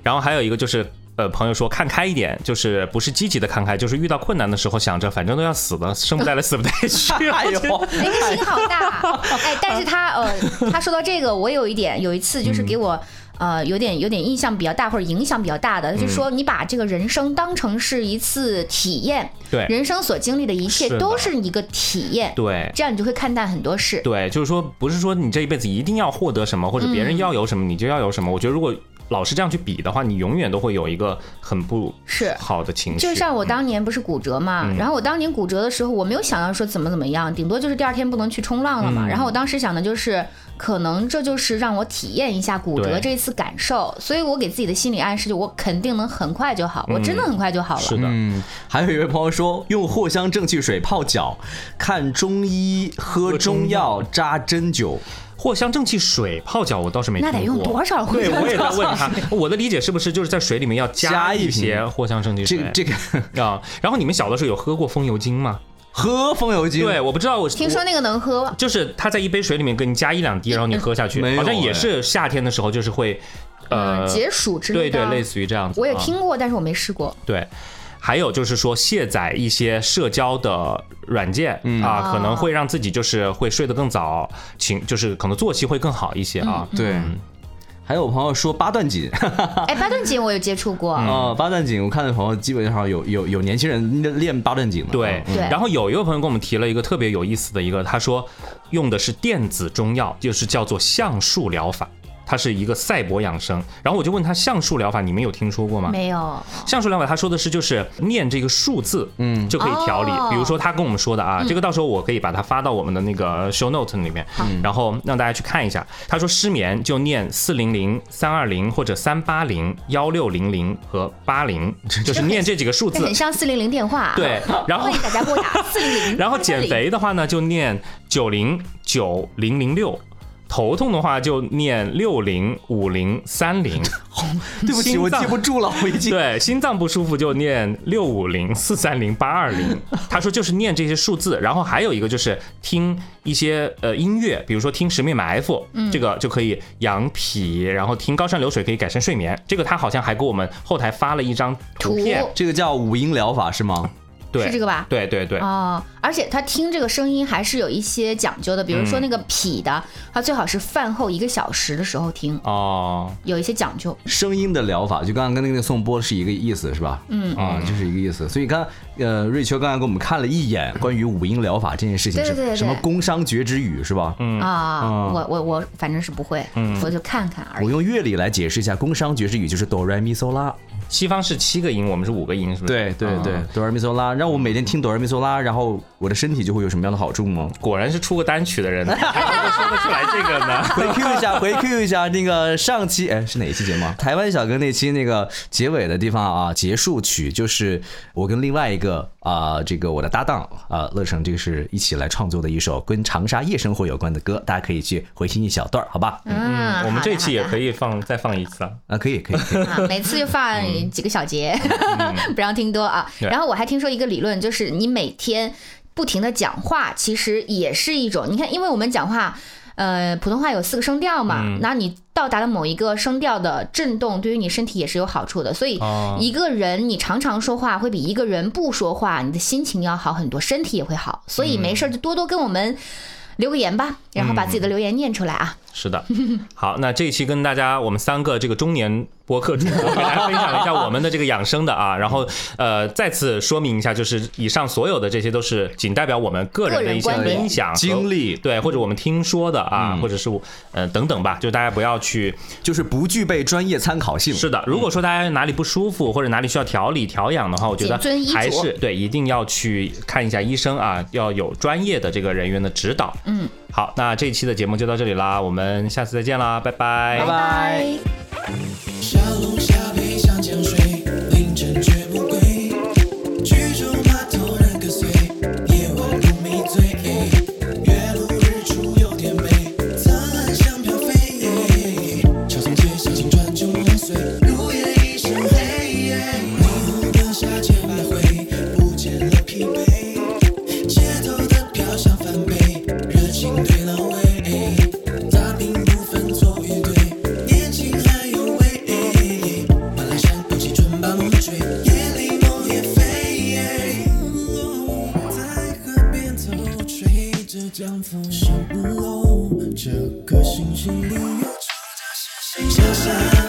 Speaker 2: 然后还有一个就是。呃，朋友说看开一点，就是不是积极的看开，就是遇到困难的时候想着反正都要死了，生不带来死不带 去。
Speaker 3: 哎呦，
Speaker 1: 哎，这心好 大，哎，但是他呃，他说到这个，我有一点，有一次就是给
Speaker 2: 嗯
Speaker 1: 我。呃，有点有点印象比较大，或者影响比较大的，就是说你把这个人生当成是一次体验，
Speaker 2: 对
Speaker 1: 人生所经历的一切
Speaker 2: 是的
Speaker 1: 都是一个体验，
Speaker 2: 对
Speaker 1: 这样你就会看淡很多事。
Speaker 2: 对，就是说不是说你这一辈子一定要获得什么，或者别人要有
Speaker 3: 嗯
Speaker 2: 什么你就要有什么。我觉得如果老是这样去比的话，你永远都会有一个很不
Speaker 1: 是
Speaker 2: 好的情绪。
Speaker 1: 就像我当年不是骨折嘛，
Speaker 2: 嗯
Speaker 1: 然后我当年骨折的时候，我没有想到说怎么怎么样，顶多就是第二天不能去冲浪了
Speaker 2: 嗯
Speaker 1: 嘛。然后我当时想的就是，可能这就是让我体验一下骨折
Speaker 2: 对
Speaker 1: 这一次感受，所以我给自己的心理暗示就我肯定能很快就好，我真的很快就好了。
Speaker 2: 是的，
Speaker 3: 嗯，还有一位朋友说，用藿香正气水泡脚，看中医，喝中药，扎针灸。
Speaker 2: 藿香正气水泡脚我倒是没听
Speaker 1: 那
Speaker 2: 过，
Speaker 1: 得用多少回
Speaker 2: 对，
Speaker 1: 才
Speaker 2: 我也在问他， 我的理解是不是就是在水里面要
Speaker 3: 加一
Speaker 2: 一
Speaker 3: 瓶
Speaker 2: 些藿香正气
Speaker 3: 这
Speaker 2: 水？
Speaker 3: 个这个
Speaker 2: 个啊，然后你们小的时候有喝过风油精吗？
Speaker 3: 喝风油精，
Speaker 2: 对，，我不知道，我
Speaker 1: 听说
Speaker 2: 我
Speaker 1: 那个能喝，
Speaker 2: 就是它在一杯水里面给你加一两滴，然后你喝下去
Speaker 3: 没，有
Speaker 2: 好像也
Speaker 3: 哎
Speaker 2: 是夏天的时候就是会，呃
Speaker 1: 嗯，，解暑之类
Speaker 2: 对
Speaker 1: 的，
Speaker 2: 对，类似于这样子。
Speaker 1: 我也
Speaker 2: 啊
Speaker 1: 听过，但是我没试 过。
Speaker 2: 对。还有就是说，卸载一些社交的软件、
Speaker 3: 嗯
Speaker 2: 啊，可
Speaker 1: 哦
Speaker 2: 能会让自己就是会睡得更早，情就是可能作息会更好一些
Speaker 1: 嗯
Speaker 2: 啊。
Speaker 3: 对。还有朋友说八段锦，
Speaker 1: 哎，八段锦我有接触过，
Speaker 2: 嗯
Speaker 3: 哦，八段锦，我看的朋友基本上有有有年轻人练练八段锦嗯的，
Speaker 2: 对，
Speaker 1: 对
Speaker 2: 嗯然后有一位朋友跟我们提了一个特别有意思的一个，他说用的是电子中药，就是叫做橡树疗法，它是一个赛博养生。然后我就问他橡树疗法你们有听说过吗？
Speaker 1: 没有。
Speaker 2: 橡树疗法他说的是就是念这个数字，嗯，就可以调理。
Speaker 1: 哦
Speaker 2: 比如说他跟我们说的啊，这个到时候我可以把它发到我们的那
Speaker 1: 嗯
Speaker 2: 个 show note 里面，然后让大家去看一下。他说失眠就念四零零、三二零或者三八零、幺六零零和八零， 就是念这几个数
Speaker 1: 这
Speaker 2: 字
Speaker 1: 很。像四零零电话啊，
Speaker 2: 对，然后
Speaker 1: 欢迎大家拨 打四零零。
Speaker 2: 然后减肥的话呢，就念九零九零零六。头痛的话就念六零五零 三零，
Speaker 3: 对不起，
Speaker 2: 心
Speaker 3: 我
Speaker 2: 脏
Speaker 3: 记不住了，我已经。
Speaker 2: 对，心脏不舒服就念六五零四三零八 二零。他说就是念这些数字，然后还有一个就是听一些呃音乐，比如说听《十面埋伏》，
Speaker 1: 嗯
Speaker 2: 这个就可以养脾，然后听《高山流水》可以改善睡眠。这个他好像还给我们后台发了一张图片，
Speaker 1: 图
Speaker 3: 这个叫五音疗法是吗？
Speaker 2: 对，
Speaker 1: 是这个吧
Speaker 2: 对对对，
Speaker 1: 哦，而且他听这个声音还是有一些讲究的，比如
Speaker 2: 嗯
Speaker 1: 说那个痞的，他最好是饭后一个小时的时候听，
Speaker 2: 哦，
Speaker 1: 有一些讲究。
Speaker 3: 声音的疗法，就刚刚跟那个宋波是一个意思，是吧？嗯啊，就是一个意思。所以刚呃，瑞秋刚才给我们看了一眼关于五音疗法这件事情
Speaker 1: 对
Speaker 3: 是
Speaker 1: 对对对
Speaker 3: 什么工商角徵语是吧？嗯，
Speaker 1: 啊，
Speaker 2: 哦
Speaker 1: 我我我反正是不会，
Speaker 2: 嗯
Speaker 1: 我就看看而
Speaker 3: 我
Speaker 1: 已。
Speaker 3: 用乐理来解释一下，工商角徵语就是哆来咪嗦啦。
Speaker 2: 西方是七个音，我们是五个音，是不是？
Speaker 3: 对对对，哆来咪嗦啦，让我每天听哆来咪嗦啦，然后我的身体就会有什么样的好处吗？
Speaker 2: 果然是出过单曲的 人，还能说得出来这个呢。
Speaker 3: 回 Q 一下，回 Q 一下那个上期，哎，是哪一期节目啊？台湾小哥那期那个结尾的地方啊，结束曲就是我跟另外一个啊、这个我的搭档啊、乐成，这个是一起来创作的一首跟长沙夜生活有关的歌，大家可以去回听一小段儿，好吧？
Speaker 1: 嗯，
Speaker 2: 我们这一期也
Speaker 1: 以
Speaker 2: 可以放再放一次啊。
Speaker 3: 啊，可以，可以，可以。
Speaker 1: 啊，每次就放几个小节， 不让听多啊。
Speaker 2: 嗯对
Speaker 1: 然后我还听说一个理论，就是你每天不停的讲话，其实也是一种，你看，因为我们讲话。呃，普通话有四个声调嘛，
Speaker 2: 嗯
Speaker 1: 那你到达了某一个声调的震动，对于你身体也是有好处的。所以
Speaker 2: 哦
Speaker 1: 一个人你常常说话，会比一个人不说话，你的心情要好很多，身体也会好。所
Speaker 2: 嗯
Speaker 1: 以没事儿就多多跟我们留个言吧，然后把
Speaker 2: 嗯
Speaker 1: 自己的留言念出来啊。
Speaker 2: 是的，好，那这一期跟大家我们三个这个中年播客主播给大家分享了一下我们的这个养生的啊，然后呃再次说明一下，就是以上所有的这些都是仅代表我们个人的一些
Speaker 1: 个人观点
Speaker 2: 分享和
Speaker 3: 经历嗯
Speaker 2: 对，或者我们听说的啊，或者是我呃等等吧，就大家不要去
Speaker 3: 就是不具备专业参考性。
Speaker 2: 是的，如果说大家哪里不舒服或者哪里需要调理调养的话，我觉得
Speaker 1: 谨遵医嘱
Speaker 2: 还是对，一定要去看一下医生啊，要有专业的这个人员的指导。嗯，好，那这一期的节目就到这里啦，我们下次再见啦，拜拜
Speaker 3: 拜拜。
Speaker 4: 小龙虾配上江水，凌晨却不归。居住码头人跟随，夜晚不迷醉。月露日出有点美，苍兰香飘飞。小松街小径转就梦碎，如烟一身黑。霓虹灯下街徘徊，不见了疲惫。街头的飘香翻倍，热情对了味。大饼哎不分错与对，年轻还有味。马来山有青春把梦追，夜里梦也飞。哎在河边走，吹着江风，想不漏这个星星里有住的是谁？想想。